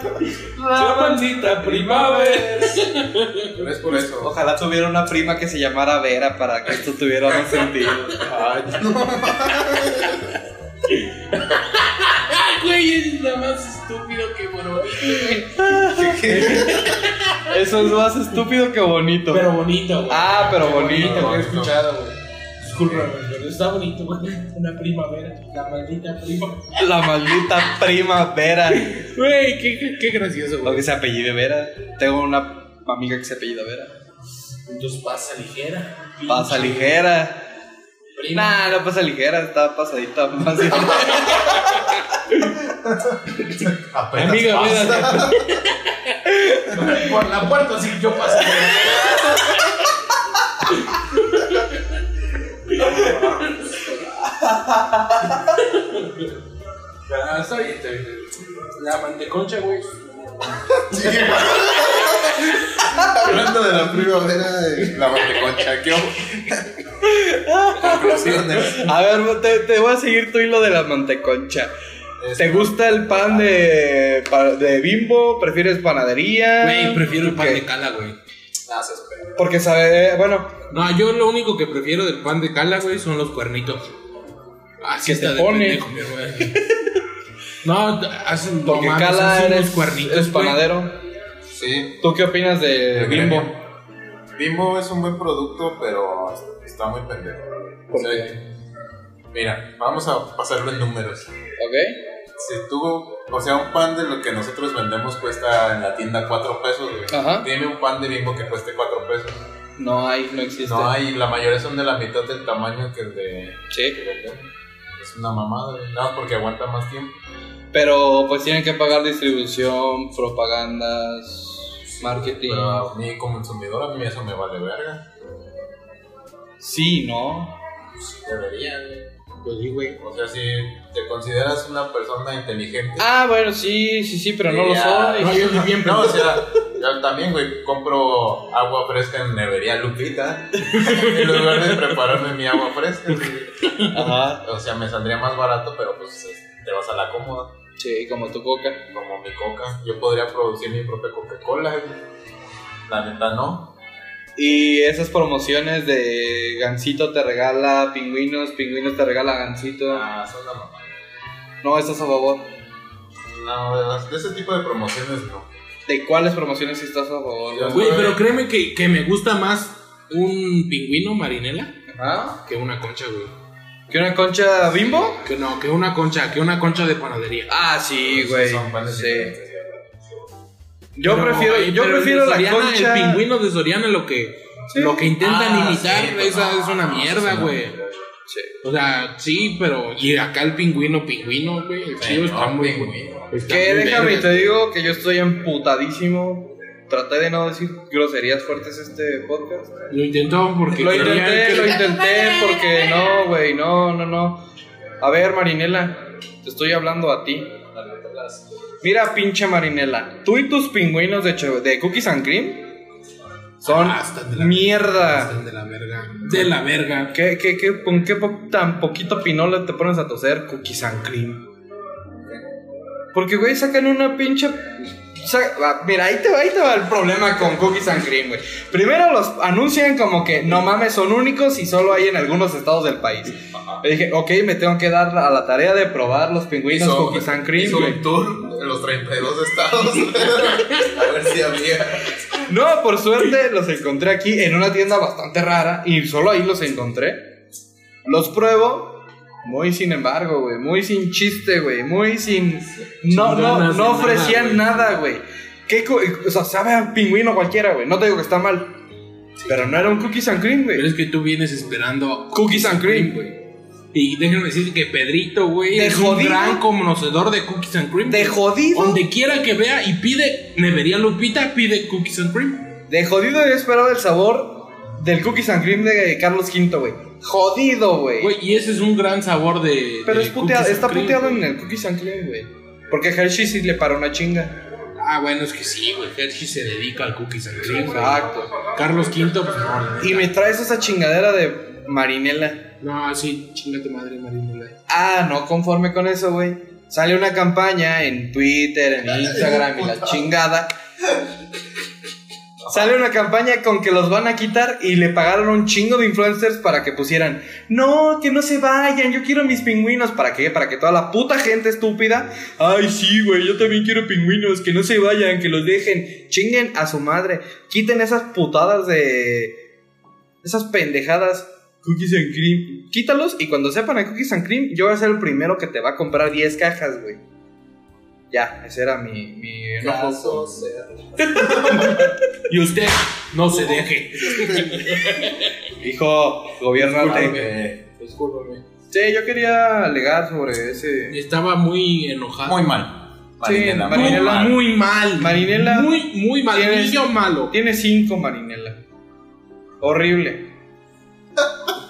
[SPEAKER 2] La maldita *laughs* primavera. *laughs*
[SPEAKER 3] Pero es por eso.
[SPEAKER 1] Ojalá tuviera una prima que se llamara Vera para que esto tuviera más sentido.
[SPEAKER 2] Ay, güey, es lo más estúpido que bueno.
[SPEAKER 1] Eso es más estúpido que bonito.
[SPEAKER 2] Pero bonito, güey.
[SPEAKER 1] ah, pero bonito.
[SPEAKER 2] bonito,
[SPEAKER 3] bonito.
[SPEAKER 2] que he escuchado, güey. Disculpa, güey, pero está bonito, güey. Una primavera, la maldita prima.
[SPEAKER 1] La maldita prima Vera.
[SPEAKER 2] Güey, qué, qué gracioso,
[SPEAKER 1] Lo
[SPEAKER 2] güey.
[SPEAKER 1] que se apellide Vera. Tengo una amiga que se apellida Vera.
[SPEAKER 2] Entonces pasa ligera.
[SPEAKER 1] Pasa
[SPEAKER 2] pinche
[SPEAKER 1] ligera.
[SPEAKER 2] prima.
[SPEAKER 1] Nah, no pasa ligera, está pasadita. más bien.
[SPEAKER 3] Apenas
[SPEAKER 2] Amiga,
[SPEAKER 3] pasa.
[SPEAKER 2] mira. Por la puerta sí yo paso. Ah, está bien, está bien. La manteconcha, güey.
[SPEAKER 3] Hablando de la primavera de la manteconcha,
[SPEAKER 2] *laughs*
[SPEAKER 3] ¿qué hubo? Conclusiones.
[SPEAKER 1] A ver, te, te voy a seguir tu hilo de la manteconcha. ¿Te gusta el pan de, pa- de bimbo? ¿Prefieres panadería?
[SPEAKER 2] Güey, prefiero el pan
[SPEAKER 1] ¿Qué?
[SPEAKER 2] de cala, güey.
[SPEAKER 5] Gracias, pero.
[SPEAKER 1] Porque sabe, bueno,
[SPEAKER 2] No, yo lo único que prefiero del pan de cala, güey, son los cuernitos. Así
[SPEAKER 1] Que
[SPEAKER 2] está
[SPEAKER 1] te
[SPEAKER 2] de
[SPEAKER 1] pone.
[SPEAKER 2] pendejo,
[SPEAKER 1] *laughs*
[SPEAKER 2] mi güey. No, hacen
[SPEAKER 1] porque
[SPEAKER 2] tomates,
[SPEAKER 1] Cala
[SPEAKER 2] hacen
[SPEAKER 1] eres,
[SPEAKER 2] unos cuernitos,
[SPEAKER 1] eres
[SPEAKER 2] güey.
[SPEAKER 1] panadero.
[SPEAKER 3] Sí.
[SPEAKER 1] ¿Tú qué opinas de
[SPEAKER 3] El
[SPEAKER 1] Eh, bimbo?
[SPEAKER 3] gremio. Bimbo es un buen producto, pero está muy pendejo. O sea, mira, vamos a pasarlo en números.
[SPEAKER 1] ¿Ok?
[SPEAKER 3] Si tú, o sea, un pan de lo que nosotros vendemos cuesta en la tienda 4 pesos, güey.
[SPEAKER 1] Ajá.
[SPEAKER 3] Dime un pan de bimbo que cueste 4 pesos.
[SPEAKER 1] No hay, no existe.
[SPEAKER 3] No hay, la mayoría son de la mitad del tamaño que el de.
[SPEAKER 1] Sí,
[SPEAKER 3] que vendemos. Es una mamada, güey. Nada más porque aguanta más tiempo.
[SPEAKER 1] pero pues tienen que pagar distribución, propagandas, marketing.
[SPEAKER 3] Pero a mí, como consumidor, a mí eso me vale verga.
[SPEAKER 1] Sí, ¿no?
[SPEAKER 3] Debería, güey.
[SPEAKER 2] Pues sí, güey.
[SPEAKER 3] O sea, si te consideras una persona inteligente.
[SPEAKER 1] Ah, bueno, sí, sí, sí, pero no lo
[SPEAKER 3] ya-
[SPEAKER 1] soy.
[SPEAKER 2] No,
[SPEAKER 3] *laughs*
[SPEAKER 2] yo soy bien
[SPEAKER 3] No, o
[SPEAKER 2] pendejo.
[SPEAKER 3] sea, yo también, güey, compro agua fresca en nevería Lupita. *laughs* en lugar de prepararme mi agua fresca. güey.
[SPEAKER 1] Ajá.
[SPEAKER 3] O sea, me saldría más barato, pero pues es- te vas a la cómoda.
[SPEAKER 1] Sí, como tu coca.
[SPEAKER 3] Como mi coca. Yo podría producir mi propia Coca-Cola. güey. La neta, no.
[SPEAKER 1] Y esas promociones de Gansito te regala pingüinos, pingüinos te regala Gansito.
[SPEAKER 3] Ah, son la mamá.
[SPEAKER 1] No, estás a favor.
[SPEAKER 3] No, de las- de ese tipo de promociones no.
[SPEAKER 1] ¿De cuáles promociones sí estás a favor?
[SPEAKER 3] Yo-
[SPEAKER 2] Güey, pero créeme que, que me gusta más un pingüino marinela
[SPEAKER 1] ¿Ah?
[SPEAKER 2] que una concha, güey.
[SPEAKER 1] ¿Que una concha bimbo?
[SPEAKER 2] Que no, que una concha, que una concha de panadería.
[SPEAKER 1] Ah, sí, güey.
[SPEAKER 3] Son panes
[SPEAKER 1] Sí.
[SPEAKER 3] diferentes.
[SPEAKER 1] Yo
[SPEAKER 2] Pero,
[SPEAKER 1] prefiero,
[SPEAKER 2] güey,
[SPEAKER 1] yo
[SPEAKER 2] pero el
[SPEAKER 1] prefiero
[SPEAKER 2] de
[SPEAKER 1] la
[SPEAKER 2] Soriana,
[SPEAKER 1] concha.
[SPEAKER 2] El pingüino de Soriana lo que,
[SPEAKER 1] Sí.
[SPEAKER 2] lo que intentan
[SPEAKER 3] Ah,
[SPEAKER 2] imitar,
[SPEAKER 3] sí,
[SPEAKER 2] esa
[SPEAKER 3] no,
[SPEAKER 2] es una
[SPEAKER 3] no,
[SPEAKER 2] mierda,
[SPEAKER 3] sí, no,
[SPEAKER 2] güey.
[SPEAKER 1] Sí.
[SPEAKER 2] O sea, sí, pero. Y acá el pingüino, pingüino, güey. El chido
[SPEAKER 3] no,
[SPEAKER 2] está muy.
[SPEAKER 3] pingüino.
[SPEAKER 2] está
[SPEAKER 1] Que
[SPEAKER 2] muy
[SPEAKER 1] déjame,
[SPEAKER 2] verga.
[SPEAKER 1] te digo que yo estoy emputadísimo. Traté de no decir groserías fuertes este podcast.
[SPEAKER 2] Lo intentó porque.
[SPEAKER 1] Lo
[SPEAKER 2] querían
[SPEAKER 1] intenté,
[SPEAKER 2] que-
[SPEAKER 1] lo intenté porque no, güey, no, no, no. A ver, Marinela, te estoy hablando a ti. Mira, pinche Marinela, tú y tus pingüinos de, che- de Cookies and Cream son
[SPEAKER 2] Ah, están de la-
[SPEAKER 1] mierda.
[SPEAKER 2] están de la verga. De la verga.
[SPEAKER 1] ¿Qué, qué, qué, ¿Con qué po- tan poquito pinola te pones a toser Cookies and Cream? Porque, güey, sacan una pinche... sa- ah, Mira, ahí te, va, ahí te va el problema con Cookies and Cream, güey. Primero los anuncian como que no mames, son únicos y solo hay en algunos estados del país. Le dije, ok, me tengo que dar a la tarea de probar los pingüinos
[SPEAKER 3] Hizo-
[SPEAKER 1] Cookies and Cream,
[SPEAKER 3] hizo
[SPEAKER 1] güey.
[SPEAKER 3] un tour de los 32 estados. *laughs* a ver si había.
[SPEAKER 1] No, por suerte los encontré aquí en una tienda bastante rara y solo ahí los encontré. Los pruebo. Muy sin embargo, güey. Muy sin chiste, güey. Muy sin. No,
[SPEAKER 2] Sin
[SPEAKER 1] no,
[SPEAKER 2] ganas de
[SPEAKER 1] no ofrecían
[SPEAKER 2] nada,
[SPEAKER 1] nada, güey. ¿Qué co- O sea, sabe a pingüino cualquiera, güey. No te digo que está mal. Pero no era un cookies and cream,
[SPEAKER 2] Pero
[SPEAKER 1] güey.
[SPEAKER 2] es que tú vienes esperando.
[SPEAKER 1] Cookies and cream.
[SPEAKER 2] güey. Y déjenme decir que Pedrito, güey,
[SPEAKER 1] De
[SPEAKER 2] es un
[SPEAKER 1] jodido.
[SPEAKER 2] gran conocedor de cookies and cream.
[SPEAKER 1] De
[SPEAKER 2] güey.
[SPEAKER 1] jodido.
[SPEAKER 2] Donde quiera que vea y pide, nevería Lupita, pide cookies and cream.
[SPEAKER 1] De jodido yo esperaba el sabor del cookies and cream de Carlos V, güey. Jodido, güey.
[SPEAKER 2] Güey, y ese es un gran sabor de.
[SPEAKER 1] Pero
[SPEAKER 2] de
[SPEAKER 1] es puteado,
[SPEAKER 2] cookies and
[SPEAKER 1] está
[SPEAKER 2] cream,
[SPEAKER 1] puteado
[SPEAKER 2] güey.
[SPEAKER 1] en el cookies and cream, güey. Porque Hershey sí le paró una chinga.
[SPEAKER 2] Ah, bueno, es que sí, güey. Hershey se dedica al cookies and cream. güey.
[SPEAKER 1] Exacto.
[SPEAKER 2] Carlos V, pues no. la neta.
[SPEAKER 1] Y me traes esa chingadera de marinela.
[SPEAKER 2] No, sí, chinga tu madre, Marinela.
[SPEAKER 1] Ah, no conforme con eso, güey. Sale una campaña en Twitter, en Instagram y la chingada. Sale una campaña con que los van a quitar y le pagaron un chingo de influencers para que pusieran, no, que no se vayan, yo quiero mis pingüinos. ¿Para qué? Para que toda la puta gente estúpida, ay, sí, güey, yo también quiero pingüinos, que no se vayan, que los dejen, chinguen a su madre, quiten esas putadas de. esas pendejadas. Cookies and cream. Quítalos y cuando sepan a cookies and cream, yo voy a ser el primero que te va a comprar 10 cajas, güey. Ya, ese era mi, mi enojo.
[SPEAKER 3] Caso sea.
[SPEAKER 2] Y usted no se deje.
[SPEAKER 1] Hijo, gobiernate.
[SPEAKER 3] Eh,
[SPEAKER 5] Discúlpame.
[SPEAKER 1] Sí, yo quería alegar sobre ese.
[SPEAKER 2] Estaba muy enojado.
[SPEAKER 3] Muy mal. Marinela,
[SPEAKER 1] Sí,
[SPEAKER 3] muy
[SPEAKER 1] Marinela,
[SPEAKER 3] mal.
[SPEAKER 2] Muy mal.
[SPEAKER 1] Marinela.
[SPEAKER 2] Muy, muy mal.
[SPEAKER 1] Tienes- *laughs*
[SPEAKER 2] niño malo.
[SPEAKER 1] Tiene cinco, Marinela. Horrible.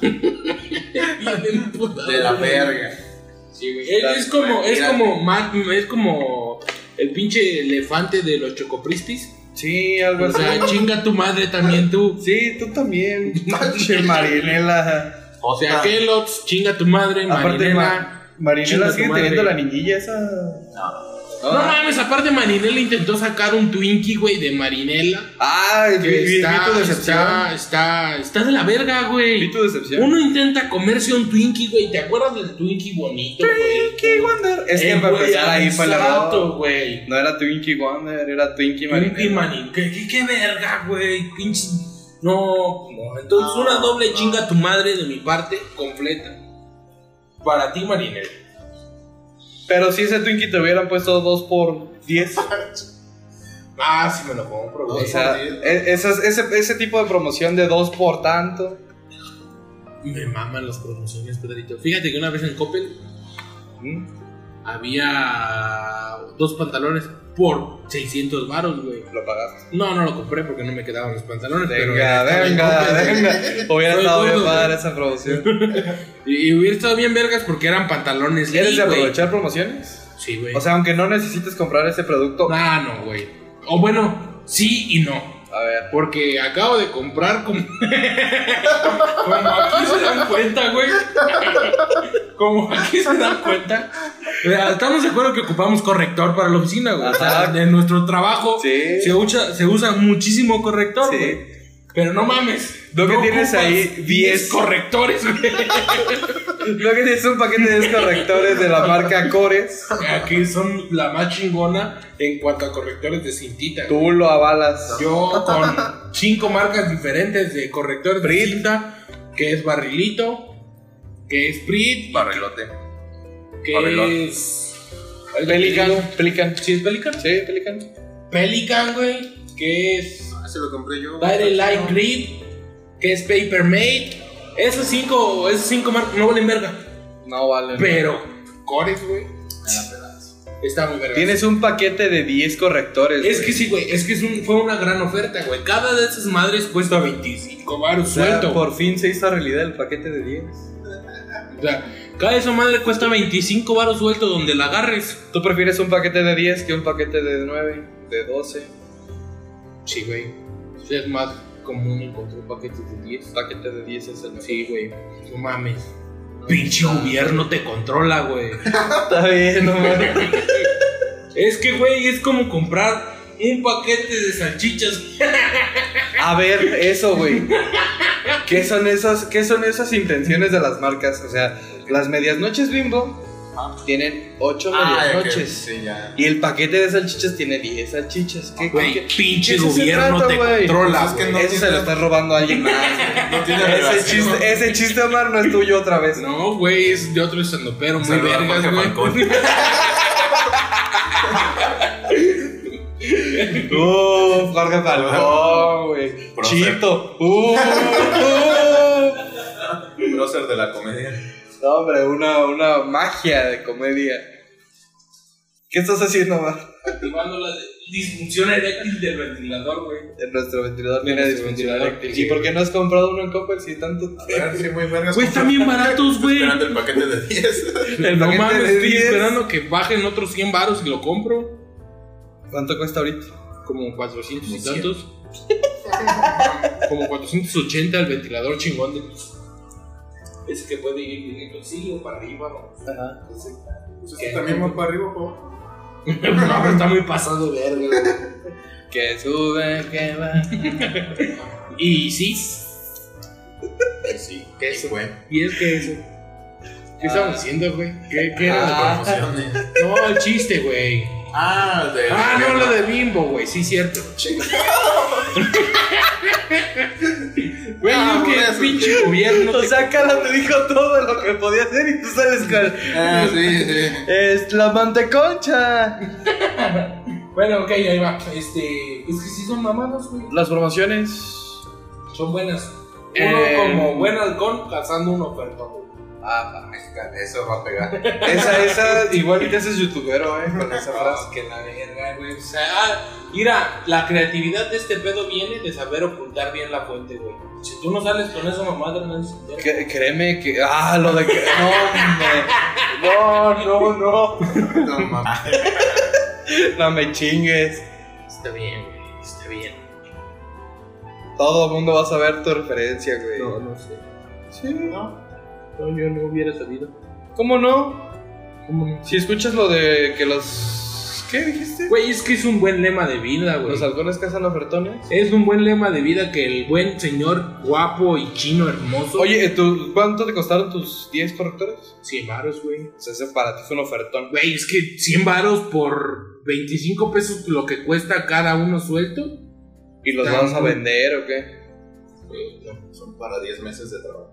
[SPEAKER 3] De la verga.
[SPEAKER 2] Es, es como, es como, ma- es como el pinche elefante de los chocopristis
[SPEAKER 1] Sí, algo
[SPEAKER 2] O
[SPEAKER 1] así.
[SPEAKER 2] sea, chinga tu madre también tú.
[SPEAKER 1] Sí, tú
[SPEAKER 2] *laughs*
[SPEAKER 1] también. *laughs* Pinche Marinela.
[SPEAKER 2] O
[SPEAKER 3] Ah.
[SPEAKER 2] sea, Kellogg's, chinga tu madre,
[SPEAKER 1] Aparte,
[SPEAKER 2] Marinela.
[SPEAKER 1] Ma- Marinela
[SPEAKER 2] Chinga
[SPEAKER 1] sigue
[SPEAKER 2] tu madre.
[SPEAKER 1] teniendo la niñilla esa.
[SPEAKER 2] No
[SPEAKER 1] Ah.
[SPEAKER 2] mames, aparte Marinela intentó sacar un Twinkie, güey, de Marinela.
[SPEAKER 1] Ah, vi,
[SPEAKER 2] Que
[SPEAKER 1] vi- vi
[SPEAKER 2] está,
[SPEAKER 1] tu decepción.
[SPEAKER 2] está, está, está de la verga,
[SPEAKER 1] Vi
[SPEAKER 2] güey.
[SPEAKER 1] tu decepción.
[SPEAKER 2] Uno intenta comerse un Twinkie, güey. ¿Te acuerdas del Twinkie bonito, güey?
[SPEAKER 1] Twinkie Wonder. Es que
[SPEAKER 2] Eh,
[SPEAKER 1] para
[SPEAKER 2] güey,
[SPEAKER 1] empezar ahí fue la
[SPEAKER 2] exacto, güey.
[SPEAKER 1] No era Twinkie Wonder, era Twinkie
[SPEAKER 2] Twinkie
[SPEAKER 1] Marinela.
[SPEAKER 2] Manin. ¿Qué, qué, qué verga, güey? Pinche. No, no. Entonces, una doble chinga a tu madre de mi parte, completa. Para ti, ¿eh? Marinel.
[SPEAKER 1] Pero si ese Twinkie te hubieran puesto 2 por 10.
[SPEAKER 2] *laughs* Ah, sí me lo compro,
[SPEAKER 1] O
[SPEAKER 2] güey.
[SPEAKER 1] sea, e- esas- ese, ese tipo de promoción de 2 por tanto.
[SPEAKER 2] Me maman las promociones, Pedrito. Fíjate que una vez en Coppel
[SPEAKER 1] ¿Mm?
[SPEAKER 2] había dos pantalones por 600 varos, güey.
[SPEAKER 1] Lo pagaste.
[SPEAKER 2] No, no lo compré porque no me quedaban los pantalones. pero
[SPEAKER 1] Venga,
[SPEAKER 2] estaba en
[SPEAKER 1] venga,
[SPEAKER 2] Coppel.
[SPEAKER 1] venga. Hubiera
[SPEAKER 2] Soy
[SPEAKER 1] estado bien
[SPEAKER 2] gordo,
[SPEAKER 1] padre esa promoción.
[SPEAKER 2] Y, y hubiera estado bien vergas porque eran pantalones.
[SPEAKER 1] ¿Quieres
[SPEAKER 2] Lee,
[SPEAKER 1] de
[SPEAKER 2] güey.
[SPEAKER 1] aprovechar promociones?
[SPEAKER 2] Sí, güey.
[SPEAKER 1] O sea, aunque no necesites comprar ese producto.
[SPEAKER 2] Ah, no, güey. O bueno, sí y no.
[SPEAKER 1] A ver.
[SPEAKER 2] Porque acabo de comprar como. *laughs* como aquí se dan cuenta, güey. como aquí se dan cuenta. Eh, Estamos de acuerdo que ocupamos corrector para la oficina, güey. O sea,
[SPEAKER 1] Ajá.
[SPEAKER 2] en nuestro trabajo
[SPEAKER 1] Sí.
[SPEAKER 2] se, usa, se usa muchísimo corrector,
[SPEAKER 1] Sí.
[SPEAKER 2] güey. Pero no mames.
[SPEAKER 1] Lo que tienes
[SPEAKER 2] ocupas
[SPEAKER 1] ahí,
[SPEAKER 2] 10
[SPEAKER 1] 10.
[SPEAKER 2] correctores, güey.
[SPEAKER 1] Lo que tienes un paquete de correctores de la marca Cores.
[SPEAKER 2] Aquí son la más chingona en cuanto a correctores de cintita.
[SPEAKER 1] Tú lo avalas.
[SPEAKER 2] Yo con cinco marcas diferentes de correctores de
[SPEAKER 1] Prit.
[SPEAKER 2] cinta, que es barrilito, que es Prit,
[SPEAKER 1] Barrilote.
[SPEAKER 2] que
[SPEAKER 1] Barrilón.
[SPEAKER 2] es
[SPEAKER 1] Pelican. Pelican.
[SPEAKER 2] ¿Sí es Pelican?
[SPEAKER 1] Sí, Pelican.
[SPEAKER 2] Pelican, güey, que es
[SPEAKER 3] Se lo compré yo.
[SPEAKER 2] Direct Light Grid, que es Paper Mate. Esos cinco, esos cinco marcas no valen verga,
[SPEAKER 1] No vale.
[SPEAKER 2] pero Cores, güey, está muy verga.
[SPEAKER 1] Tienes un paquete de 10 correctores.
[SPEAKER 2] Es
[SPEAKER 1] güey.
[SPEAKER 2] que sí, güey, es que es un- fue una gran oferta, güey. Cada de esas madres cuesta 25 baros
[SPEAKER 1] O sea,
[SPEAKER 2] suelto. güey.
[SPEAKER 1] Por fin se hizo realidad el paquete de 10.
[SPEAKER 2] O sea, cada esa madre cuesta 25 baros suelto donde la agarres.
[SPEAKER 1] ¿Tú prefieres un paquete de 10 que un paquete de 9, de 12?
[SPEAKER 2] Sí, güey. Sí, Es más común encontrar paquetes de 10.
[SPEAKER 1] Paquete de 10 es el mejor.
[SPEAKER 2] Sí, güey. No mames. Pinche gobierno te controla, *laughs* güey.
[SPEAKER 1] Está bien, no mames.
[SPEAKER 2] es que, güey, es como comprar un paquete de salchichas.
[SPEAKER 1] A ver, eso, güey. ¿Qué son esas, qué son esas intenciones de las marcas? O sea, las medias noches Bimbo tienen 8
[SPEAKER 3] Ah,
[SPEAKER 1] medias
[SPEAKER 3] ya que-
[SPEAKER 1] noches.
[SPEAKER 3] Sí, ya.
[SPEAKER 1] Y el paquete de salchichas tiene 10 salchichas. ¿Qué,
[SPEAKER 2] Güey,
[SPEAKER 1] qué-
[SPEAKER 2] pinche
[SPEAKER 1] ¿De qué se
[SPEAKER 2] gobierno
[SPEAKER 1] trata,
[SPEAKER 2] te
[SPEAKER 1] güey?
[SPEAKER 2] controla,
[SPEAKER 3] Pues es que
[SPEAKER 2] güey.
[SPEAKER 3] no
[SPEAKER 1] Eso
[SPEAKER 3] tiene-
[SPEAKER 1] se lo está robando a alguien más.
[SPEAKER 2] *laughs*
[SPEAKER 3] No tiene
[SPEAKER 1] ese,
[SPEAKER 3] relación.
[SPEAKER 1] chiste, ese chiste, Omar, no es tuyo otra vez.
[SPEAKER 2] No, güey, es de otro estandopero muy
[SPEAKER 3] Saluda a
[SPEAKER 2] vergas,
[SPEAKER 3] Jorge
[SPEAKER 2] güey.
[SPEAKER 3] Falcón.
[SPEAKER 1] Uh, Jorge *laughs* Falcón, güey.
[SPEAKER 3] Profe.
[SPEAKER 1] Chito. Uh, uh.
[SPEAKER 3] Prócer de la comedia.
[SPEAKER 1] No, hombre, una, una magia de comedia. ¿Qué estás haciendo, Omar?
[SPEAKER 2] Activando la disfunción eréctil del ventilador, güey.
[SPEAKER 1] En nuestro ventilador
[SPEAKER 2] Nuestro
[SPEAKER 1] tiene disfunción
[SPEAKER 2] ventilador,
[SPEAKER 1] eréctil.
[SPEAKER 2] sí,
[SPEAKER 1] ¿Y por qué
[SPEAKER 2] güey.
[SPEAKER 1] no has comprado uno en Coppel si tanto?
[SPEAKER 3] Ver, sí, muy vergas.
[SPEAKER 2] Güey, están bien baratos, güey.
[SPEAKER 3] Esperando el paquete de 10.
[SPEAKER 1] El
[SPEAKER 2] no
[SPEAKER 1] paquete
[SPEAKER 2] mames,
[SPEAKER 1] de
[SPEAKER 2] estoy
[SPEAKER 1] 10.
[SPEAKER 2] esperando que bajen otros 100 baros y lo compro.
[SPEAKER 1] ¿Cuánto cuesta ahorita?
[SPEAKER 2] Como 400 y tantos. como 480 el ventilador chingón de Ese que puede ir directo sí o para arriba. ¿no?
[SPEAKER 1] Ajá.
[SPEAKER 2] ¿Qué?
[SPEAKER 3] También va para arriba,
[SPEAKER 2] *laughs*
[SPEAKER 3] po.
[SPEAKER 2] No, está muy pasado verga. güey.
[SPEAKER 1] Que sube, que va.
[SPEAKER 2] Y sí,
[SPEAKER 3] Eh, Sí, qué es, güey.
[SPEAKER 2] y es que eso. ¿Qué estamos
[SPEAKER 1] Ah.
[SPEAKER 2] haciendo, güey? ¿Qué, qué era?
[SPEAKER 1] Ah.
[SPEAKER 3] Promociones.
[SPEAKER 2] No, el chiste, güey.
[SPEAKER 3] Ah, de.
[SPEAKER 2] Ah, no, lo de Bimbo, güey,
[SPEAKER 6] *laughs*
[SPEAKER 2] sí, cierto. Güey,
[SPEAKER 3] Ah,
[SPEAKER 2] yo que
[SPEAKER 3] por eso.
[SPEAKER 2] pinche gobierno.
[SPEAKER 1] O
[SPEAKER 2] te-
[SPEAKER 1] sea, Cala Pues te dijo todo lo que podía hacer y tú sales con.
[SPEAKER 3] Ah, sí, sí.
[SPEAKER 1] Es la manteconcha.
[SPEAKER 2] Bueno, ok, ahí va.
[SPEAKER 6] Este, es que sí son mamadas, güey.
[SPEAKER 1] Las promociones.
[SPEAKER 6] Son buenas. Uno
[SPEAKER 1] Eh,
[SPEAKER 6] como buen halcón cazando un ofertón, güey.
[SPEAKER 1] Ah,
[SPEAKER 3] pues, Eso va a pegar. *laughs*
[SPEAKER 1] esa, esa, igual te haces youtubero, eh, con esa frase.
[SPEAKER 6] Ah, que la verga, güey. O sea, ah, mira, la creatividad de este pedo viene de saber ocultar bien la fuente, güey. Si tú no sales con esa mamada, nadie se entera.
[SPEAKER 1] Que- créeme que. Ah, lo de que. No, hombre. No, no, no. Ah.
[SPEAKER 3] No mames.
[SPEAKER 1] No me chingues.
[SPEAKER 2] Está bien, güey.
[SPEAKER 7] Está bien.
[SPEAKER 1] Todo el mundo va a saber tu referencia, güey.
[SPEAKER 7] No, no sé.
[SPEAKER 1] Sí.
[SPEAKER 3] ¿No?
[SPEAKER 7] No, yo no hubiera sabido.
[SPEAKER 1] ¿Cómo no?
[SPEAKER 7] ¿Cómo no?
[SPEAKER 1] Si escuchas lo de que los... ¿Qué dijiste?
[SPEAKER 7] Güey, es que es un buen lema de vida, güey.
[SPEAKER 1] Los halcones cazan ofertones.
[SPEAKER 7] Es un buen lema de vida que el buen señor guapo y chino hermoso.
[SPEAKER 1] Oye, ¿tú- ¿cuánto te costaron tus 10 correctores?
[SPEAKER 7] 100 varos, güey.
[SPEAKER 1] O sea, ese para ti es un ofertón.
[SPEAKER 7] Güey, es que 100 varos por 25 pesos lo que cuesta cada uno suelto.
[SPEAKER 1] ¿Y los
[SPEAKER 7] Tanto.
[SPEAKER 1] vamos a vender o qué?
[SPEAKER 3] Eh, no, son para 10 meses de trabajo.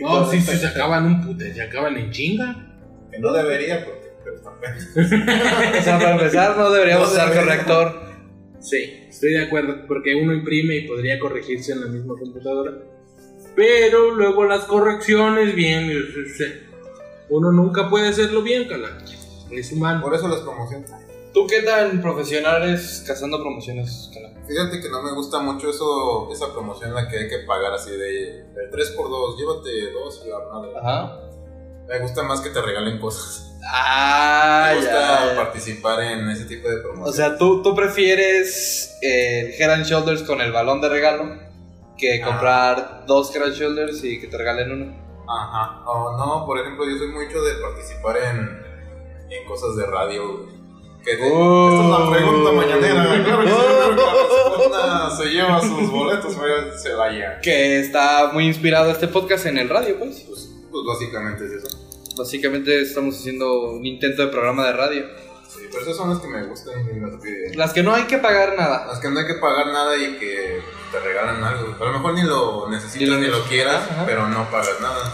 [SPEAKER 7] No, sí, sí, se acaban un puta, se acaban en chinga.
[SPEAKER 3] Que no debería, porque. Pero está pendejo.
[SPEAKER 1] O sea, para empezar, no deberíamos
[SPEAKER 3] No
[SPEAKER 1] usar
[SPEAKER 3] deberíamos.
[SPEAKER 1] corrector.
[SPEAKER 7] Sí, estoy de acuerdo, porque uno imprime y podría corregirse en la misma computadora. Pero luego las correcciones, bien, uno nunca puede hacerlo bien, cala. Es humano.
[SPEAKER 3] Por eso las promociones.
[SPEAKER 1] ¿Tú qué tan profesional eres cazando promociones, canal?
[SPEAKER 3] Fíjate que no me gusta mucho eso, esa promoción en la que hay que pagar así de, 3x2, llévate dos y la madre.
[SPEAKER 1] Ajá.
[SPEAKER 3] Me gusta más que te regalen cosas.
[SPEAKER 1] Ah,
[SPEAKER 3] me gusta
[SPEAKER 1] ya, ya.
[SPEAKER 3] participar en ese tipo de promociones.
[SPEAKER 1] O sea, ¿tú, tú prefieres eh, Head and Shoulders con el balón de regalo que
[SPEAKER 3] Ah.
[SPEAKER 1] comprar dos Head and Shoulders y que te regalen uno?
[SPEAKER 3] Ajá. O no, por ejemplo, yo soy mucho de participar en, en cosas de radio. güey. Que te-
[SPEAKER 1] Oh.
[SPEAKER 3] Esta Eh, es la pregunta mañanera. Claro que sí, claro *laughs* que la responda, se lleva sus boletos, güey, se la lleva.
[SPEAKER 1] Que está muy inspirado este podcast en el radio, pues.
[SPEAKER 3] Pues, pues básicamente es eso.
[SPEAKER 1] Básicamente estamos haciendo un intento de programa de radio.
[SPEAKER 3] Sí, pero esas son las que me gustan y las que,
[SPEAKER 1] Las que no hay que pagar nada.
[SPEAKER 3] las que no hay que pagar nada y que te regalan algo. A lo mejor ni lo necesitas
[SPEAKER 1] Ni
[SPEAKER 3] ni
[SPEAKER 1] lo
[SPEAKER 3] lo,
[SPEAKER 1] necesitas,
[SPEAKER 3] quieras,
[SPEAKER 1] ajá.
[SPEAKER 3] pero no pagas nada.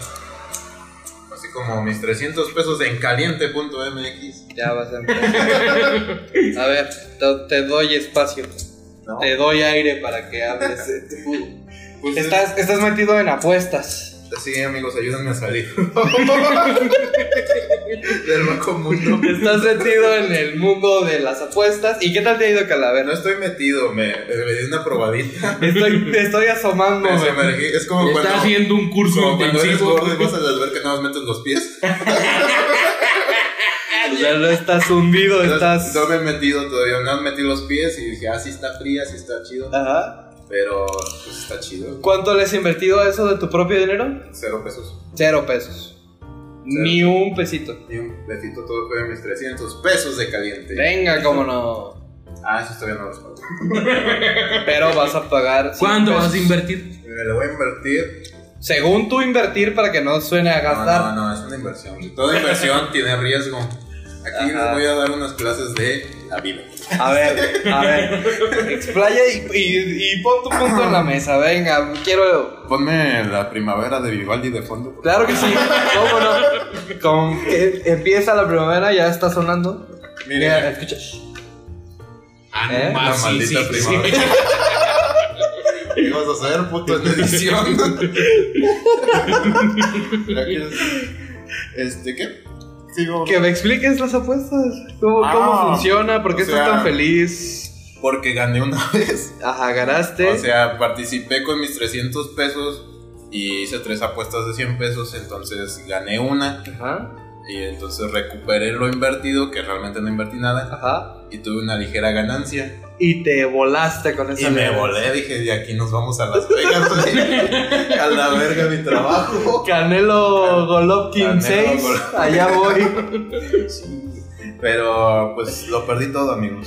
[SPEAKER 3] Así como mis 300 pesos en caliente.mx.
[SPEAKER 1] Ya vas a empezar. A ver, te, te doy espacio.
[SPEAKER 3] ¿no?
[SPEAKER 1] Te doy aire para que hables. de tu-
[SPEAKER 3] Pues,
[SPEAKER 1] Estás, estás metido en apuestas.
[SPEAKER 3] Sí, amigos, ayúdenme a salir. *laughs* Del banco mundo. *laughs*
[SPEAKER 1] Estás metido en el mundo de las apuestas. ¿Y qué tal te ha ido
[SPEAKER 3] No
[SPEAKER 1] Calavera?
[SPEAKER 3] estoy metido, me, me di una probadita.
[SPEAKER 1] Estoy, estoy asomando.
[SPEAKER 3] Me
[SPEAKER 1] güey.
[SPEAKER 3] sumergí. Es como
[SPEAKER 7] Está
[SPEAKER 3] cuando,
[SPEAKER 7] haciendo un curso
[SPEAKER 3] como cuando eres
[SPEAKER 7] intensivo.
[SPEAKER 3] gordo y vas a las ver que nada más metes los
[SPEAKER 1] *laughs*
[SPEAKER 3] pies.
[SPEAKER 1] O sea, no estás hundido, estás.
[SPEAKER 3] No, no me he metido todavía, nada más metí los pies y dije, ah, sí está fría, sí está chido.
[SPEAKER 1] Ajá.
[SPEAKER 3] Pero pues está chido.
[SPEAKER 1] ¿Cuánto le has invertido a eso de tu propio dinero?
[SPEAKER 3] Cero pesos.
[SPEAKER 1] Cero pesos. Ni un pesito.
[SPEAKER 3] Y un besito todo fue de mis 300 pesos de caliente.
[SPEAKER 1] Venga, cómo no.
[SPEAKER 3] Ah, eso todavía no los pago. *laughs*
[SPEAKER 1] Pero vas a pagar. cien
[SPEAKER 7] ¿Cuándo vas
[SPEAKER 1] pesos.
[SPEAKER 7] a invertir?
[SPEAKER 3] Me lo voy a invertir.
[SPEAKER 1] Según tú invertir para que no suene a
[SPEAKER 3] No,
[SPEAKER 1] gastar.
[SPEAKER 3] no, no, es una inversión.
[SPEAKER 1] *laughs*
[SPEAKER 3] Toda inversión tiene riesgo. Aquí
[SPEAKER 1] Ajá.
[SPEAKER 3] les voy a dar unas clases de la vida.
[SPEAKER 1] A ver, a
[SPEAKER 3] *laughs*
[SPEAKER 1] ver. Explaya y, y- y pon tu punto en la mesa. Venga, quiero.
[SPEAKER 3] Ponme la primavera de Vivaldi de fondo. por
[SPEAKER 1] Claro que sí, cómo no. Con que empieza la primavera, ya está sonando.
[SPEAKER 3] favor.
[SPEAKER 1] Mira,
[SPEAKER 3] Mire,
[SPEAKER 1] escucha.
[SPEAKER 7] Ah,
[SPEAKER 1] ¿Eh?
[SPEAKER 7] no más,
[SPEAKER 3] La
[SPEAKER 7] sí,
[SPEAKER 3] maldita
[SPEAKER 7] sí,
[SPEAKER 3] primavera.
[SPEAKER 2] *laughs*
[SPEAKER 7] sí.
[SPEAKER 3] ¿qué vas a hacer, puto, en edición? Mira, ¿quieres- este, ¿qué? Sigo.
[SPEAKER 1] Que me expliques las apuestas. ¿Cómo,
[SPEAKER 3] Ah,
[SPEAKER 1] cómo funciona? ¿Por qué
[SPEAKER 3] o
[SPEAKER 1] estás
[SPEAKER 3] sea-
[SPEAKER 1] tan feliz?
[SPEAKER 3] Porque gané una vez.
[SPEAKER 1] Ajá, ganaste.
[SPEAKER 3] O sea, participé con mis 300 pesos y hice tres apuestas de 100 pesos, entonces gané una
[SPEAKER 1] Ajá,
[SPEAKER 3] y entonces recuperé lo invertido, que realmente no invertí nada,
[SPEAKER 1] ajá.
[SPEAKER 3] y tuve una ligera ganancia.
[SPEAKER 1] Y te volaste con esa
[SPEAKER 3] Y me
[SPEAKER 1] mierda.
[SPEAKER 3] volé, dije, de aquí nos vamos a Las Vegas, güey. *laughs* A la verga mi trabajo.
[SPEAKER 1] Canelo Golovkin
[SPEAKER 3] Canelo
[SPEAKER 1] 6.
[SPEAKER 3] Gol-
[SPEAKER 1] Allá voy.
[SPEAKER 3] Pero pues lo perdí
[SPEAKER 1] *laughs*
[SPEAKER 3] todo, amigos.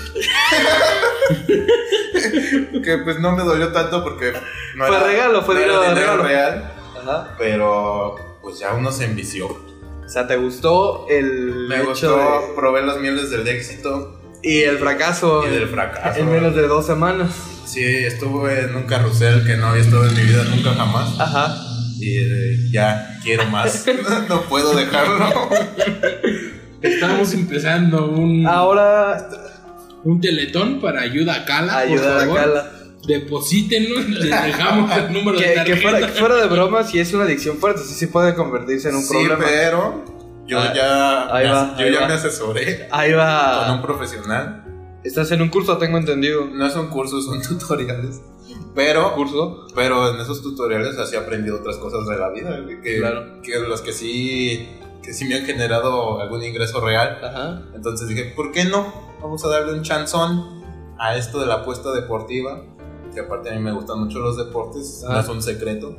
[SPEAKER 3] que pues no me dolió tanto porque no
[SPEAKER 1] Fue regalo, fue
[SPEAKER 3] no
[SPEAKER 1] dinero de regalo.
[SPEAKER 3] real,
[SPEAKER 1] Ajá.
[SPEAKER 3] pero pues ya uno se envició.
[SPEAKER 1] O sea, ¿te gustó el
[SPEAKER 3] Me
[SPEAKER 1] hecho eh,
[SPEAKER 3] gustó,
[SPEAKER 1] de-
[SPEAKER 3] probé las mieles del éxito
[SPEAKER 1] y el fracaso
[SPEAKER 3] y del fracaso.
[SPEAKER 1] en menos de dos semanas?
[SPEAKER 3] Sí, estuve en un carrusel que no había estado en mi vida nunca jamás.
[SPEAKER 1] Ajá.
[SPEAKER 3] Y eh, ya
[SPEAKER 1] *laughs*
[SPEAKER 3] quiero más. *laughs* no puedo dejarlo.
[SPEAKER 7] Estamos empezando un,
[SPEAKER 1] Ahora
[SPEAKER 7] un teletón para ayuda a
[SPEAKER 2] Ah,
[SPEAKER 7] Cala. por
[SPEAKER 1] ayuda a
[SPEAKER 7] favor.
[SPEAKER 1] Cala. *laughs*
[SPEAKER 7] Deposítenos, les dejamos el número de
[SPEAKER 1] Que, que
[SPEAKER 7] tarjeta.
[SPEAKER 1] fuera, que fuera de broma, si es una adicción fuerte, sí, sí puede convertirse en un
[SPEAKER 3] sí,
[SPEAKER 1] problema.
[SPEAKER 3] pero yo
[SPEAKER 1] Ah,
[SPEAKER 3] ya,
[SPEAKER 1] ahí
[SPEAKER 3] me,
[SPEAKER 1] va,
[SPEAKER 3] yo
[SPEAKER 1] ahí
[SPEAKER 3] ya
[SPEAKER 1] va. Ah.
[SPEAKER 3] me asesoré
[SPEAKER 1] Ahí
[SPEAKER 3] con un
[SPEAKER 1] va.
[SPEAKER 3] profesional.
[SPEAKER 1] Estás en un curso, tengo entendido.
[SPEAKER 3] No son cursos, son *laughs* tutoriales. Pero,
[SPEAKER 1] ¿Curso?
[SPEAKER 3] pero en esos tutoriales así aprendí otras cosas de la vida. güey, Que,
[SPEAKER 1] Claro.
[SPEAKER 3] que los que sí, que sí me han generado algún ingreso real.
[SPEAKER 1] Ajá.
[SPEAKER 3] Entonces dije, ¿por qué no? Vamos a darle un chanzón a esto de la apuesta deportiva, que aparte a mí me gustan mucho los deportes,
[SPEAKER 1] Ah.
[SPEAKER 3] no es un secreto.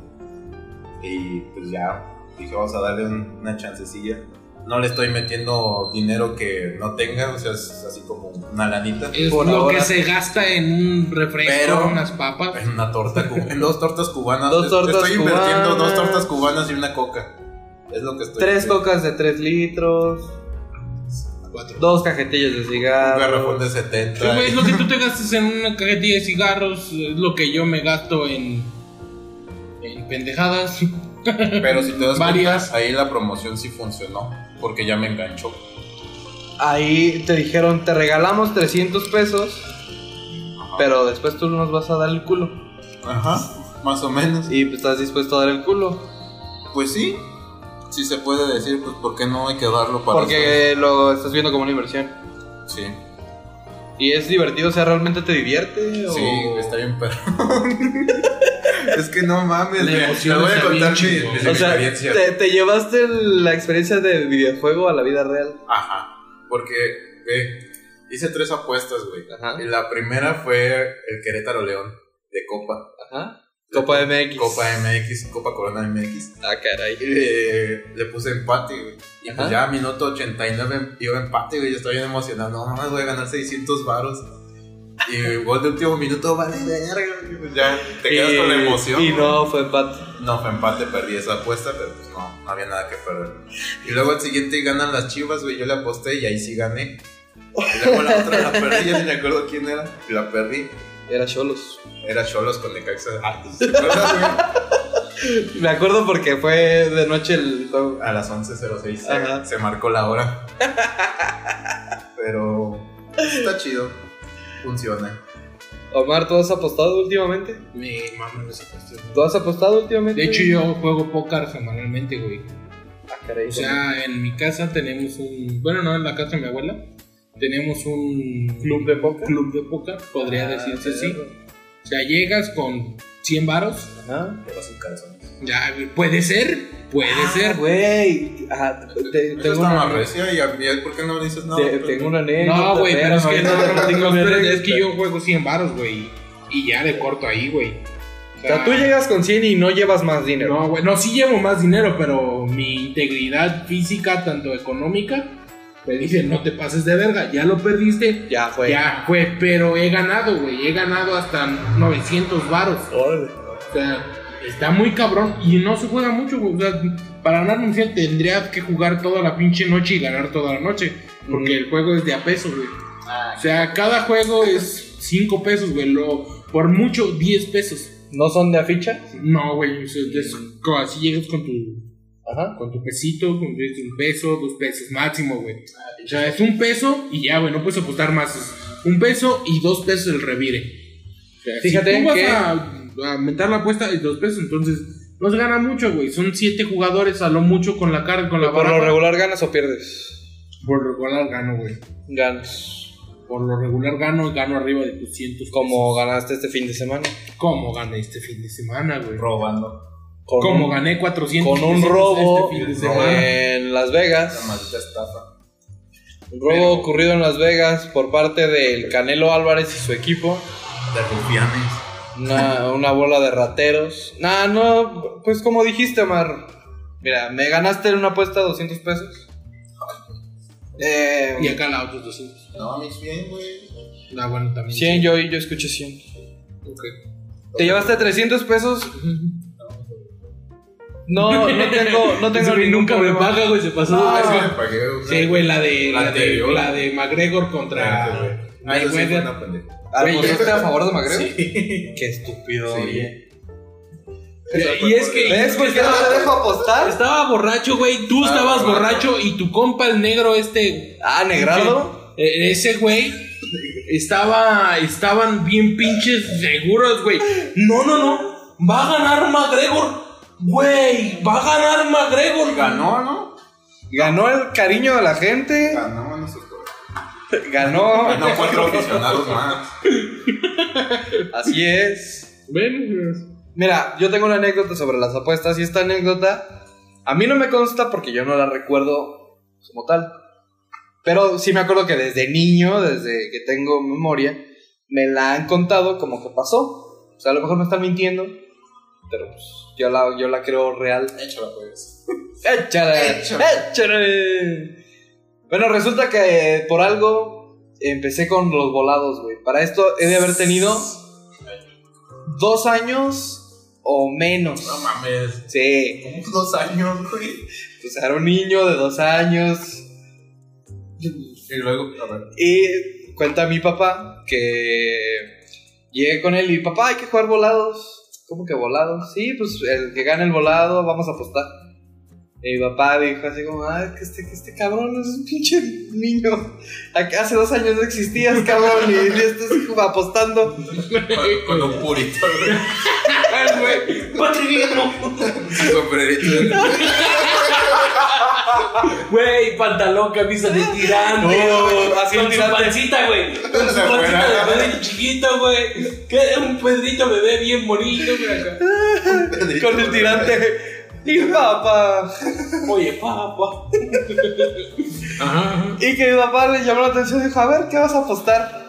[SPEAKER 3] Y pues ya dije, vamos a darle un- una chancecilla. No le estoy metiendo dinero que no tenga, o sea, es así como una lanita.
[SPEAKER 2] Es
[SPEAKER 1] Por
[SPEAKER 2] lo
[SPEAKER 1] ahora-
[SPEAKER 2] que se gasta en un refresco,
[SPEAKER 3] Pero-
[SPEAKER 2] unas papas.
[SPEAKER 3] En una torta, cu- en dos tortas cubanas.
[SPEAKER 1] Dos
[SPEAKER 3] Te-
[SPEAKER 1] tortas
[SPEAKER 3] estoy invirtiendo
[SPEAKER 1] cubanas.
[SPEAKER 3] dos tortas cubanas y una coca. Pues Es lo que estoy
[SPEAKER 1] Tres
[SPEAKER 3] haciendo.
[SPEAKER 1] cocas de 3 litros,
[SPEAKER 2] Cuatro.
[SPEAKER 1] dos cajetillas de
[SPEAKER 3] Un
[SPEAKER 1] cigarro.
[SPEAKER 3] garrafón de 70.
[SPEAKER 2] Sí, güey, es lo que tú te gastas en una cajetilla de cigarros, es lo que yo me gasto en. en pendejadas.
[SPEAKER 3] Pero si te das
[SPEAKER 2] Varias.
[SPEAKER 3] cuenta, ahí la promoción sí funcionó, porque ya me enganchó.
[SPEAKER 1] Ahí te dijeron, te regalamos 300 pesos, pero después tú nos vas a dar el culo.
[SPEAKER 3] Ajá, más o menos.
[SPEAKER 1] Y pues, estás dispuesto a dar el culo.
[SPEAKER 3] Pues sí, sí se puede decir, pues ¿por qué no hay que darlo para
[SPEAKER 1] Porque lo estás viendo como una inversión.
[SPEAKER 3] hacer? Sí,
[SPEAKER 1] Y es divertido, o sea, realmente te divierte.
[SPEAKER 3] sí,
[SPEAKER 1] o...
[SPEAKER 3] está bien perro. Oh. *laughs* es que no mames,
[SPEAKER 2] La
[SPEAKER 3] mira,
[SPEAKER 2] emoción
[SPEAKER 3] te voy a
[SPEAKER 2] está bien
[SPEAKER 3] contar mi,
[SPEAKER 2] chingón.
[SPEAKER 3] mis
[SPEAKER 1] O sea,
[SPEAKER 3] experiencias.
[SPEAKER 1] te, te llevaste la experiencia del videojuego a la vida real.
[SPEAKER 3] Ajá, porque eh, hice tres apuestas, güey.
[SPEAKER 1] Ajá.
[SPEAKER 3] Y la primera fue el Querétaro León de Copa.
[SPEAKER 1] Ajá. Copa MX.
[SPEAKER 3] Copa MX, Copa Corona MX.
[SPEAKER 1] Ah, caray.
[SPEAKER 3] Eh, le puse empate, güey. Y pues
[SPEAKER 1] Ajá.
[SPEAKER 3] ya minuto 89 iba empate, güey. Yo estaba bien emocionado. No mames, voy a ganar 600 varos. Y gol de último minuto, vale, verga. güey. Pues ya te quedas
[SPEAKER 1] Y-
[SPEAKER 3] con la emoción.
[SPEAKER 1] Y
[SPEAKER 3] güey.
[SPEAKER 1] no, fue empate.
[SPEAKER 3] No, fue empate, perdí esa apuesta, pero pues no, no había nada que perder. Y luego al siguiente ganan las chivas, güey. Yo le aposté y ahí sí gané. Y luego la otra la perdí, ya ni me acuerdo quién era. La perdí.
[SPEAKER 1] Era Cholos.
[SPEAKER 3] Era Cholos con Necaxa. Ah, ¿te acuerdas, güey?
[SPEAKER 1] Me acuerdo porque fue de noche el juego.
[SPEAKER 3] A las 11.06
[SPEAKER 1] Ajá.
[SPEAKER 3] se, se marcó la hora. Pero está chido. Funciona.
[SPEAKER 1] Omar, ¿tú has apostado últimamente?
[SPEAKER 2] Me maman las apuestas.
[SPEAKER 1] ¿Tú has apostado últimamente?
[SPEAKER 2] De hecho, yo juego póker semanalmente, güey.
[SPEAKER 1] Ah, caray.
[SPEAKER 2] O sea, en mi casa tenemos un. Bueno, no, en la casa de mi abuela. Tenemos un
[SPEAKER 1] ¿Club de póker?
[SPEAKER 2] Club de póker, podría
[SPEAKER 1] Ah,
[SPEAKER 2] decirse sí.
[SPEAKER 1] perro.
[SPEAKER 2] O sea, llegas con 100 varos.
[SPEAKER 1] Ajá.
[SPEAKER 3] Llevas un calzón. Eso
[SPEAKER 2] Ya, puede ser, puede
[SPEAKER 1] Ah,
[SPEAKER 2] ser.
[SPEAKER 1] Güey. Ah, te- te- tengo
[SPEAKER 3] está más
[SPEAKER 1] una,
[SPEAKER 3] recio y a mí, ¿eh? ¿por qué no pues, le dices nada?
[SPEAKER 1] te- tengo una anécdota.
[SPEAKER 2] No, güey, pero es que no,
[SPEAKER 1] ahorita te
[SPEAKER 2] no,
[SPEAKER 1] platico
[SPEAKER 2] no,
[SPEAKER 1] mi
[SPEAKER 2] pero es
[SPEAKER 1] anécdota.
[SPEAKER 2] que yo juego 100 varos, güey. Y ya le corto ahí, güey. O
[SPEAKER 1] O sea, tú llegas con 100 y no llevas más dinero.
[SPEAKER 2] No, güey, no, sí llevo más dinero, pero mi integridad física, tanto económica, me dice, no te pases de verga, ya lo perdiste,
[SPEAKER 1] Ya fue.
[SPEAKER 2] ya fue, pero he ganado, güey, he ganado hasta 900 varos.
[SPEAKER 1] Órale.
[SPEAKER 2] O sea, está muy cabrón y no se juega mucho, güey. O sea, para ganar un set tendrías que jugar toda la pinche noche y ganar toda la noche. Porque
[SPEAKER 1] Ujú.
[SPEAKER 2] el juego es de a pesos, güey. O sea, cada juego es 5 pesos, güey. lo- Por mucho, 10 pesos.
[SPEAKER 1] ¿No son de aficha?
[SPEAKER 2] No, güey. o sea, es- así llegas con tu,
[SPEAKER 1] Ajá.
[SPEAKER 2] con tu pesito, con es un peso, dos pesos máximo, güey.
[SPEAKER 1] Ah,
[SPEAKER 2] O sea, es un peso y ya, güey. No puedes apostar más. es un peso y dos pesos el revire. O sea,
[SPEAKER 1] Fíjate
[SPEAKER 2] si tú vas
[SPEAKER 1] que-
[SPEAKER 2] a, a aumentar la apuesta es dos pesos, entonces no se gana mucho, güey. Son siete jugadores a lo mucho con la cara, con la
[SPEAKER 1] ¿Por lo
[SPEAKER 2] baraja.
[SPEAKER 1] regular ganas o pierdes?
[SPEAKER 2] Por lo regular gano, güey.
[SPEAKER 1] Ganas.
[SPEAKER 2] Por lo regular gano, gano arriba de 200.
[SPEAKER 1] Como
[SPEAKER 2] pesos.
[SPEAKER 1] ganaste este fin de semana.
[SPEAKER 2] ¿Cómo gané este fin de semana, güey?
[SPEAKER 3] Robando.
[SPEAKER 1] Con
[SPEAKER 2] Como
[SPEAKER 1] un-
[SPEAKER 2] gané 400
[SPEAKER 1] Con un
[SPEAKER 2] pesos
[SPEAKER 1] robo
[SPEAKER 2] este fin de semana.
[SPEAKER 1] en Las
[SPEAKER 3] La
[SPEAKER 1] Vegas.
[SPEAKER 3] maldita estafa.
[SPEAKER 1] Un robo ocurrido en Las Vegas por parte del Canelo Álvarez y su equipo.
[SPEAKER 3] De rufianes.
[SPEAKER 2] *laughs*
[SPEAKER 1] Una, una bola de rateros. Nah, no, pues como dijiste, Omar. Mira, me ganaste en una apuesta 200 pesos. Eh,
[SPEAKER 2] Y acá la otra 200.
[SPEAKER 3] No, mis bien, güey.
[SPEAKER 2] Ah, bueno, también.
[SPEAKER 1] 100, yo, yo escuché 100.
[SPEAKER 2] Ok.
[SPEAKER 1] ¿Te llevaste 300 pesos? No, no tengo, no
[SPEAKER 2] Ese
[SPEAKER 1] tengo
[SPEAKER 2] güey
[SPEAKER 1] ningún
[SPEAKER 2] nunca me
[SPEAKER 1] problema.
[SPEAKER 2] paga, güey, se pasó.
[SPEAKER 3] Ah,
[SPEAKER 2] de
[SPEAKER 3] es que
[SPEAKER 2] verga.
[SPEAKER 3] me pagué una-
[SPEAKER 2] Sí, güey, la de
[SPEAKER 3] La
[SPEAKER 2] la, de
[SPEAKER 3] anterior.
[SPEAKER 2] la de McGregor
[SPEAKER 3] Ah,
[SPEAKER 2] contra
[SPEAKER 3] güey. Ah, eso sí fue
[SPEAKER 2] Mayweather.
[SPEAKER 3] una pendeja.
[SPEAKER 1] ¿Al
[SPEAKER 2] Güey,
[SPEAKER 1] ¿Votaste a favor de Magreb?
[SPEAKER 3] Sí.
[SPEAKER 1] Qué estúpido.
[SPEAKER 3] Sí.
[SPEAKER 1] oye.
[SPEAKER 2] Y, y es que
[SPEAKER 1] ¿Ves por qué no te dejo apostar?
[SPEAKER 2] estaba borracho, güey, tú
[SPEAKER 3] Ah,
[SPEAKER 2] estabas
[SPEAKER 3] ah,
[SPEAKER 2] borracho y tu compa el negro este
[SPEAKER 1] Ah, Negrado.
[SPEAKER 2] eh, ese güey estaba estaban bien pinches seguros, güey. No, no, no. Va a ganar McGregor. Güey, va a ganar McGregor.
[SPEAKER 3] Ganó, ¿no?
[SPEAKER 1] Ganó el cariño de la gente.
[SPEAKER 3] Ganó, no sé.
[SPEAKER 1] *laughs* Ganó.
[SPEAKER 3] Ganó cuatro aficionados más.
[SPEAKER 1] Así es.
[SPEAKER 2] Ven,
[SPEAKER 1] Mira, yo tengo una anécdota sobre las apuestas y esta anécdota a mí no me consta porque yo no la recuerdo como tal. Pero sí me acuerdo que desde niño, desde que tengo memoria, me la han contado como que pasó. O sea, a lo mejor me están mintiendo, pero pues yo la, yo la creo real.
[SPEAKER 3] Échala, pues.
[SPEAKER 1] ¡Échale!
[SPEAKER 3] Échale.
[SPEAKER 1] ¡Échale! Bueno, resulta que por algo empecé con los volados, güey. Para esto he de haber tenido dos años o menos.
[SPEAKER 2] No mames.
[SPEAKER 1] Sí,
[SPEAKER 3] Como dos años, güey.
[SPEAKER 1] pues era un niño de dos años.
[SPEAKER 3] Y luego, a ver.
[SPEAKER 1] Y cuenta mi papá que llegué con él y papá, hay que jugar volados. ¿Cómo que volados? Sí, pues el que gane el volado, vamos a apostar. Y mi papá dijo así como, ah, que este, que este cabrón es un pinche niño. Ac- Hace dos años no existías, cabrón, y ya estás como apostando.
[SPEAKER 3] Con, con un purito, güey.
[SPEAKER 2] Ay, güey. Patriotismo.
[SPEAKER 3] Su sombrerito.
[SPEAKER 2] Güey, pantalón, camisa de tirante.
[SPEAKER 1] No,
[SPEAKER 2] güey.
[SPEAKER 1] así
[SPEAKER 2] con
[SPEAKER 1] de
[SPEAKER 2] su
[SPEAKER 1] tirante.
[SPEAKER 2] pancita, güey. Con su
[SPEAKER 3] Se fue,
[SPEAKER 2] pancita
[SPEAKER 3] ajá.
[SPEAKER 2] de bebé chiquito, güey. Que es un pedrito bebé bien bonito, güey. acá.
[SPEAKER 1] *laughs* Con el tirante. Y papá.
[SPEAKER 2] Oye, papá. Ajá.
[SPEAKER 1] Y que mi papá le llamó la atención y dijo, a ver, ¿qué vas a apostar?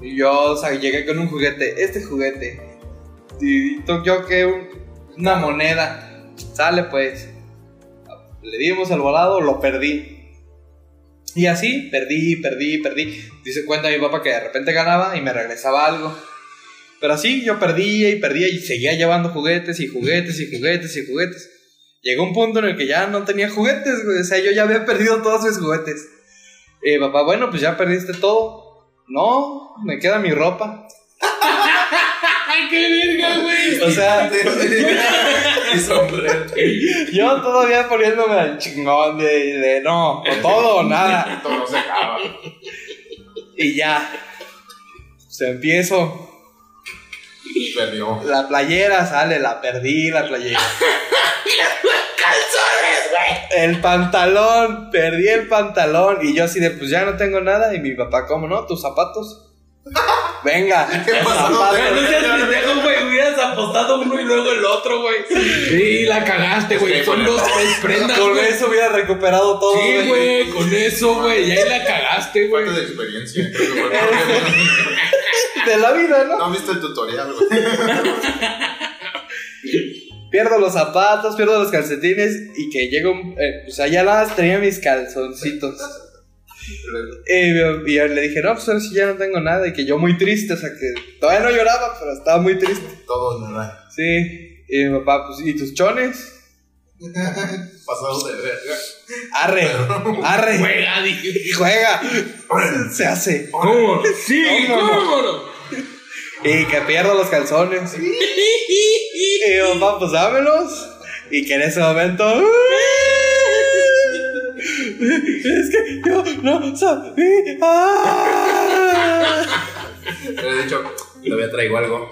[SPEAKER 1] Y yo, o sea, llegué con un juguete, este juguete. Y yo que un- una moneda. Sale pues. Le dimos al volado, lo perdí. Y así, perdí, perdí, perdí. Dice cuenta mi papá que de repente ganaba y me regresaba algo. Pero así yo perdía y perdía y seguía llevando juguetes y juguetes y juguetes y juguetes. Llegó un punto en el que ya no tenía juguetes, güey. O sea, yo ya había perdido todos mis juguetes. Eh, papá, bueno, pues ya perdiste todo. No, me queda mi ropa.
[SPEAKER 2] Ay, qué verga, güey.
[SPEAKER 1] O sea,
[SPEAKER 3] *laughs* Y sombrero.
[SPEAKER 1] yo todavía poniéndome al chingón de, de no, o todo o nada.
[SPEAKER 3] Esto no ah, se acaba.
[SPEAKER 1] Y ya. Se empiezo.
[SPEAKER 3] Y perdió.
[SPEAKER 1] La playera sale, la perdí, la playera. El pantalón, perdí el pantalón. Y yo así de, pues ya no tengo nada. Y mi papá, ¿cómo no? ¿Tus zapatos? Venga, zapatos.
[SPEAKER 2] Güey, No seas pendejo, güey. Hubieras apostado uno y luego el otro, güey. Sí, la cagaste, güey. Son dos, tres prendas,
[SPEAKER 1] Con
[SPEAKER 2] güey.
[SPEAKER 1] eso hubiera recuperado todo.
[SPEAKER 2] Sí, güey, con eso, güey. Y ahí la cagaste, güey.
[SPEAKER 3] Falta de experiencia. creo que fue.
[SPEAKER 1] De la vida, ¿no?
[SPEAKER 3] No viste el tutorial, güey.
[SPEAKER 1] Pierdo los zapatos, pierdo los calcetines y que llego, eh, pues allá las tenía mis calzoncitos. Y, yo- y yo le dije, no, pues ahora sí ya no tengo nada. Y que yo muy triste, o sea que todavía no lloraba, pero estaba muy triste.
[SPEAKER 3] Todo nada.
[SPEAKER 1] Sí. Y mi papá, pues, ¿y tus chones?
[SPEAKER 3] Pasado de verga.
[SPEAKER 1] Arre,
[SPEAKER 2] *laughs*
[SPEAKER 1] arre,
[SPEAKER 2] Juega, dije.
[SPEAKER 1] y juega. Se hace. *laughs*
[SPEAKER 2] ¿Cómo? no? Sí,
[SPEAKER 1] ¿Cómo no?
[SPEAKER 2] ¿cómo no?
[SPEAKER 1] Y que pierdo los calzones. Y mi papá, pues dámelos. Y que en ese momento. "Ah". Es que yo no sabía.
[SPEAKER 3] Le he dicho, todavía traigo algo.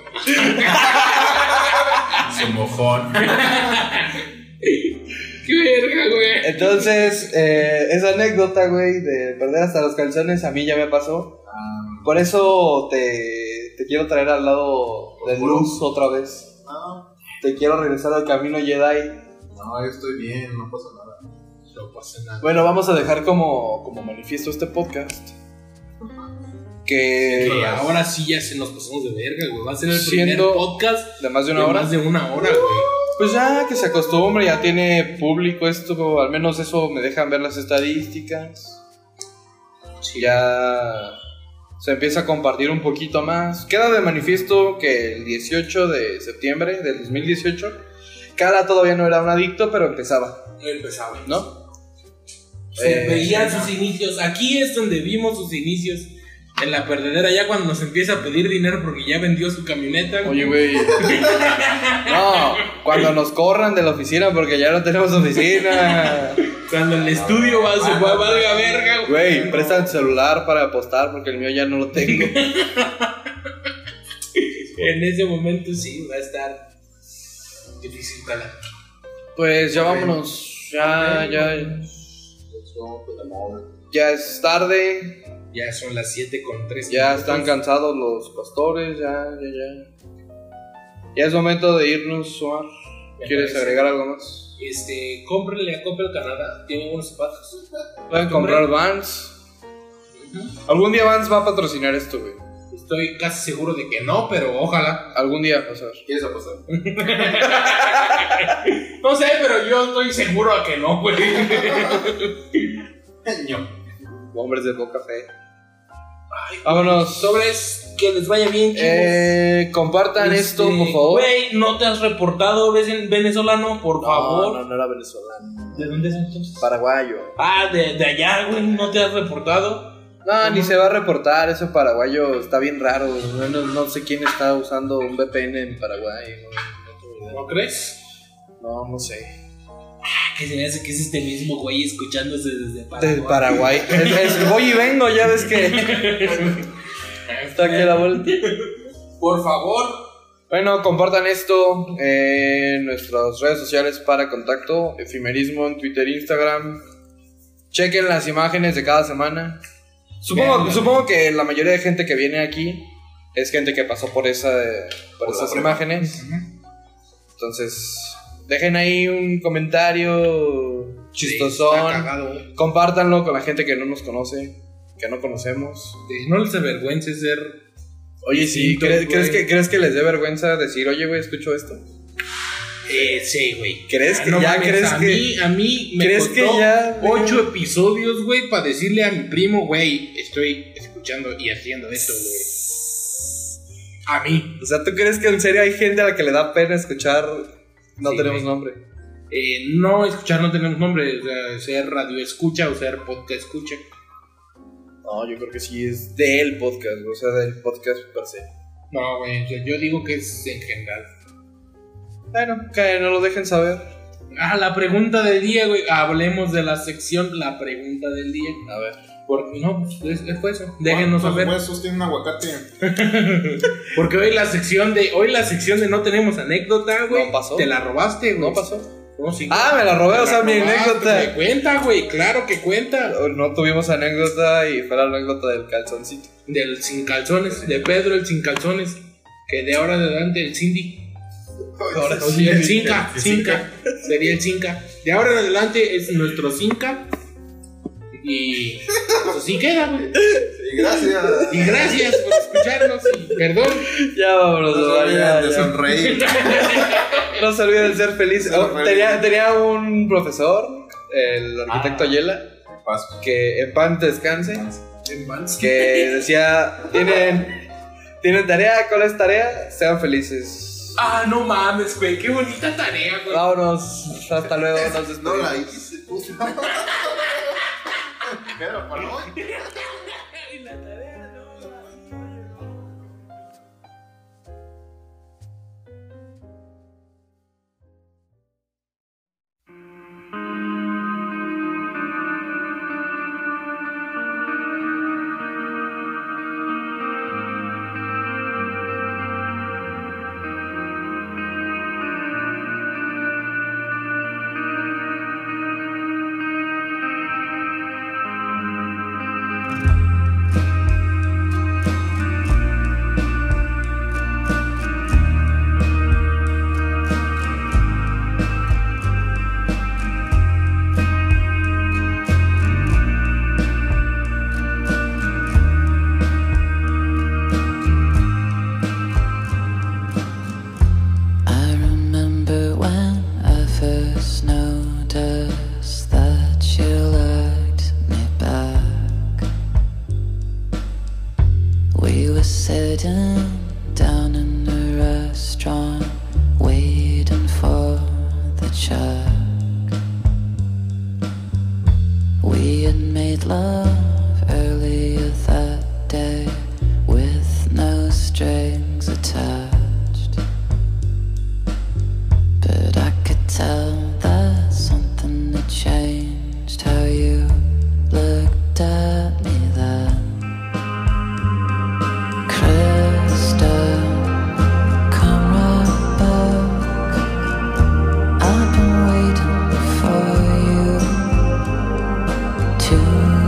[SPEAKER 3] Su mojón.
[SPEAKER 2] Qué verga, güey.
[SPEAKER 1] Entonces, eh, esa anécdota, güey, de perder hasta los calzones, a mí ya me pasó.
[SPEAKER 3] Ah,
[SPEAKER 1] Por eso te, te quiero traer al lado de
[SPEAKER 3] Oscuro.
[SPEAKER 1] luz otra vez.
[SPEAKER 3] No,
[SPEAKER 1] Te quiero regresar al camino Jedi.
[SPEAKER 3] no, yo estoy bien, no pasa nada. No pasa nada.
[SPEAKER 1] Bueno, vamos a dejar como, como manifiesto este podcast. Que
[SPEAKER 2] Que Eh, ahora sí ya se nos pasamos de verga, güey. Va a ser el
[SPEAKER 1] Siendo-
[SPEAKER 2] primer podcast
[SPEAKER 1] de más de
[SPEAKER 2] de
[SPEAKER 1] una hora.
[SPEAKER 2] más de una hora, güey.
[SPEAKER 1] Pues ya que se acostumbre, ya tiene público esto, al menos eso me dejan ver las estadísticas. Ya se empieza a compartir un poquito más. Queda de manifiesto que el 18 de septiembre del 2018, Cala todavía no era un adicto, pero empezaba,
[SPEAKER 2] Empezaba.
[SPEAKER 1] ¿no?
[SPEAKER 2] Se
[SPEAKER 1] Eh,
[SPEAKER 2] veían sus inicios. Aquí es donde vimos sus inicios. En la perdedera, ya cuando nos empieza a pedir dinero porque ya vendió su camioneta. güey.
[SPEAKER 1] Oye, güey. No, cuando nos corran de la oficina porque ya no tenemos oficina.
[SPEAKER 2] Cuando el estudio va a se va, valga verga,
[SPEAKER 1] Güey, presta el celular para apostar porque el mío ya no lo tengo.
[SPEAKER 2] En ese momento sí va a estar difícil, cala.
[SPEAKER 1] Pues ya vámonos. Ya, ya.
[SPEAKER 3] pues,
[SPEAKER 1] Ya es tarde.
[SPEAKER 2] Ya son las 7 con 3.
[SPEAKER 1] Ya están cansados los pastores. Ya, ya, ya. Ya es momento de irnos, Suar. ¿Quieres agregar algo más?
[SPEAKER 2] Este, cómprenle a Coppel Canadá. Tienen unos zapatos.
[SPEAKER 1] Pueden comprar Vans. Algún día Vans va a patrocinar esto, güey.
[SPEAKER 2] Estoy casi seguro de que no, pero ojalá.
[SPEAKER 1] Algún día va a pasar.
[SPEAKER 2] ¿Quieres apostar?
[SPEAKER 7] No sé, pero yo estoy seguro a que *laughs* no, güey.
[SPEAKER 2] No.
[SPEAKER 1] Hombres de poca fe.
[SPEAKER 7] Vámonos. Pues,
[SPEAKER 2] Sobres, que les vaya bien, chicos.
[SPEAKER 1] Eh, compartan
[SPEAKER 7] Este,
[SPEAKER 1] esto, por favor.
[SPEAKER 7] Güey, no te has reportado, ves en venezolano, por favor.
[SPEAKER 1] No, no, no era venezolano.
[SPEAKER 7] ¿De dónde es entonces?
[SPEAKER 1] Paraguayo.
[SPEAKER 7] Ah, de, de allá, güey, no te has reportado.
[SPEAKER 1] No, ni se va a reportar. Ese paraguayo está bien raro. No, no- no sé quién está usando un VPN en Paraguay. No, no tengo idea.
[SPEAKER 2] ¿No crees?
[SPEAKER 1] No, no sé.
[SPEAKER 7] Ah, que se me hace que es este mismo güey escuchándose desde Paraguay.
[SPEAKER 1] Del Paraguay. Es, es- voy y vengo, ya
[SPEAKER 7] *laughs*
[SPEAKER 1] ves que. está aquí a la vuelta.
[SPEAKER 2] Por favor.
[SPEAKER 1] Bueno, compartan esto en nuestras redes sociales para contacto, efimerismo en Twitter, Instagram. Chequen las imágenes de cada semana. Supongo,
[SPEAKER 7] Vean.
[SPEAKER 1] supongo que la mayoría de gente que viene aquí es gente que pasó por, esa, por
[SPEAKER 3] Por la
[SPEAKER 1] esas
[SPEAKER 3] prepa.
[SPEAKER 1] imágenes. Entonces, dejen ahí un comentario
[SPEAKER 2] Está
[SPEAKER 1] chistosón.
[SPEAKER 2] cagado, güey.
[SPEAKER 1] Compártanlo con la gente que no nos conoce, que no conocemos.
[SPEAKER 7] Este, No les avergüence ser.
[SPEAKER 1] Oye, sí,
[SPEAKER 7] Distintos,
[SPEAKER 1] ¿crees, crees
[SPEAKER 7] güey.
[SPEAKER 1] que, ¿crees que les dé vergüenza decir, oye, güey, escucho esto?
[SPEAKER 7] Eh, sí, güey.
[SPEAKER 1] ¿Crees
[SPEAKER 7] Ah,
[SPEAKER 1] que
[SPEAKER 7] no
[SPEAKER 1] ya
[SPEAKER 7] mames,
[SPEAKER 1] crees
[SPEAKER 7] a
[SPEAKER 1] que
[SPEAKER 7] Mí, a mí me
[SPEAKER 1] ¿Crees
[SPEAKER 7] costó
[SPEAKER 1] que ya-
[SPEAKER 7] ocho episodios, güey.
[SPEAKER 2] güey, para decirle a mi primo, güey, estoy escuchando y haciendo esto, güey. A mí.
[SPEAKER 1] O sea, ¿tú crees que en serio hay gente a la que le da pena escuchar No
[SPEAKER 2] Sí,
[SPEAKER 1] tenemos
[SPEAKER 2] güey.
[SPEAKER 1] nombre?
[SPEAKER 2] Eh, no escuchar no tenemos nombre, o sea, ser radio escucha o ser podcast escucha.
[SPEAKER 1] No, yo creo que sí es del podcast, o sea, del podcast per se.
[SPEAKER 2] No, güey, o sea, yo digo que es en general.
[SPEAKER 1] Bueno, que no lo dejen saber.
[SPEAKER 2] Ah, la pregunta del día, güey. Hablemos de la sección La pregunta del día.
[SPEAKER 1] A ver.
[SPEAKER 2] Porque no, pues es- fue eso. Déjenos
[SPEAKER 3] ¿Cuántos
[SPEAKER 2] saber.
[SPEAKER 3] huesos tiene un aguacate?
[SPEAKER 2] Porque hoy la sección de hoy la sección de no tenemos anécdota, güey.
[SPEAKER 1] No pasó.
[SPEAKER 2] Te la robaste, güey.
[SPEAKER 1] ¿No pasó?
[SPEAKER 2] No, sí.
[SPEAKER 1] Ah, me la robé, o sea, mi
[SPEAKER 2] Te la robaste, güey.
[SPEAKER 1] anécdota.
[SPEAKER 2] Cuenta, güey, claro que cuenta.
[SPEAKER 1] No tuvimos anécdota y fue la anécdota del calzoncito.
[SPEAKER 2] del sin calzones, de Pedro el sin calzones, que de ahora en adelante el Cindy.
[SPEAKER 1] Ahora
[SPEAKER 2] O
[SPEAKER 1] sí.
[SPEAKER 2] el Cinca, Cinca, sería el Cinca. De ahora en adelante es nuestro Cinca. Y pues así queda, güey.
[SPEAKER 3] Sí, gracias.
[SPEAKER 2] Y gracias por escucharnos. Y perdón.
[SPEAKER 1] Ya vámonos,
[SPEAKER 3] No se
[SPEAKER 1] ya, ya,
[SPEAKER 3] olviden de
[SPEAKER 1] ya.
[SPEAKER 3] sonreír.
[SPEAKER 1] No se olviden de ser felices.
[SPEAKER 3] No se
[SPEAKER 1] Oh,
[SPEAKER 3] olviden.
[SPEAKER 1] tenía, tenía un profesor, el arquitecto Ayela,
[SPEAKER 3] Paso.
[SPEAKER 1] que en pan descanse. que decía, tienen, tienen tarea, ¿cuál es tarea? Sean felices.
[SPEAKER 7] Ah, no mames, güey. Qué bonita tarea,
[SPEAKER 1] Ah.
[SPEAKER 7] güey.
[SPEAKER 1] Vámonos, hasta luego, nos
[SPEAKER 3] *laughs* No
[SPEAKER 1] despedimos.
[SPEAKER 3] la hice. pues. puto. *laughs* Pero para hoy.
[SPEAKER 8] I remember when I first noticed that you looked me back. We were sitting down in a restaurant, waiting for the check. We had made love earlier that day with no strings attached. But I could tell that something had changed how you looked at me then. Crystal, come right back. I've been waiting for you to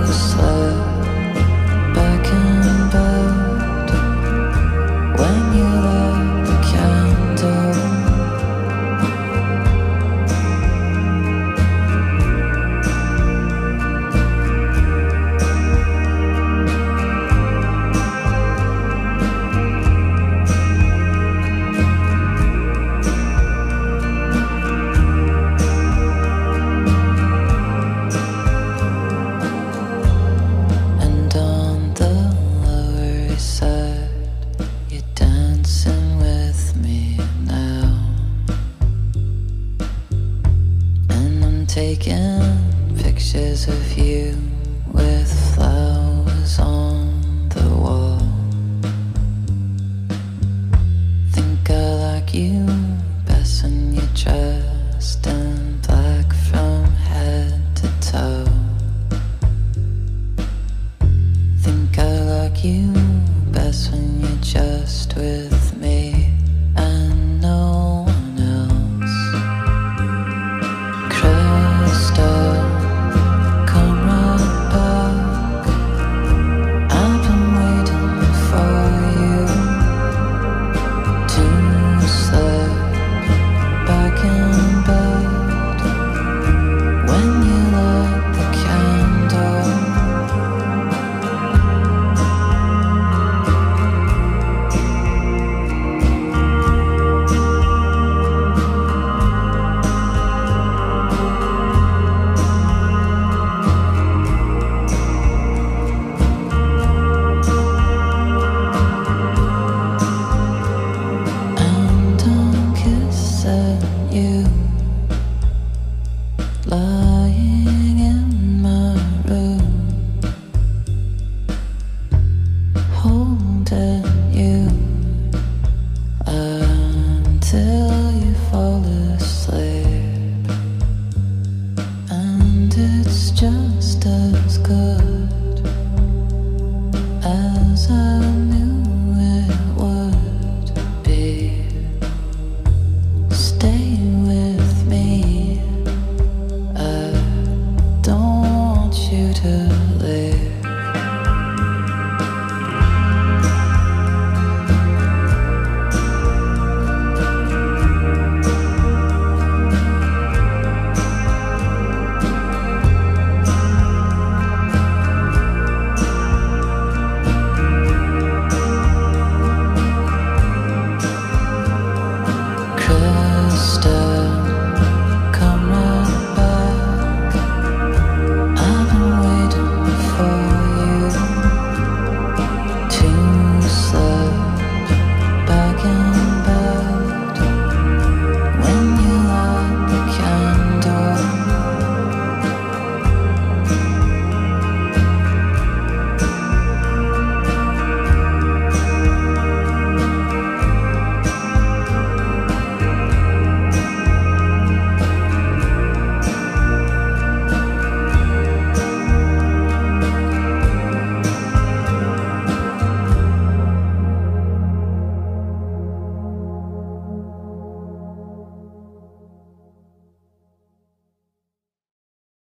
[SPEAKER 8] you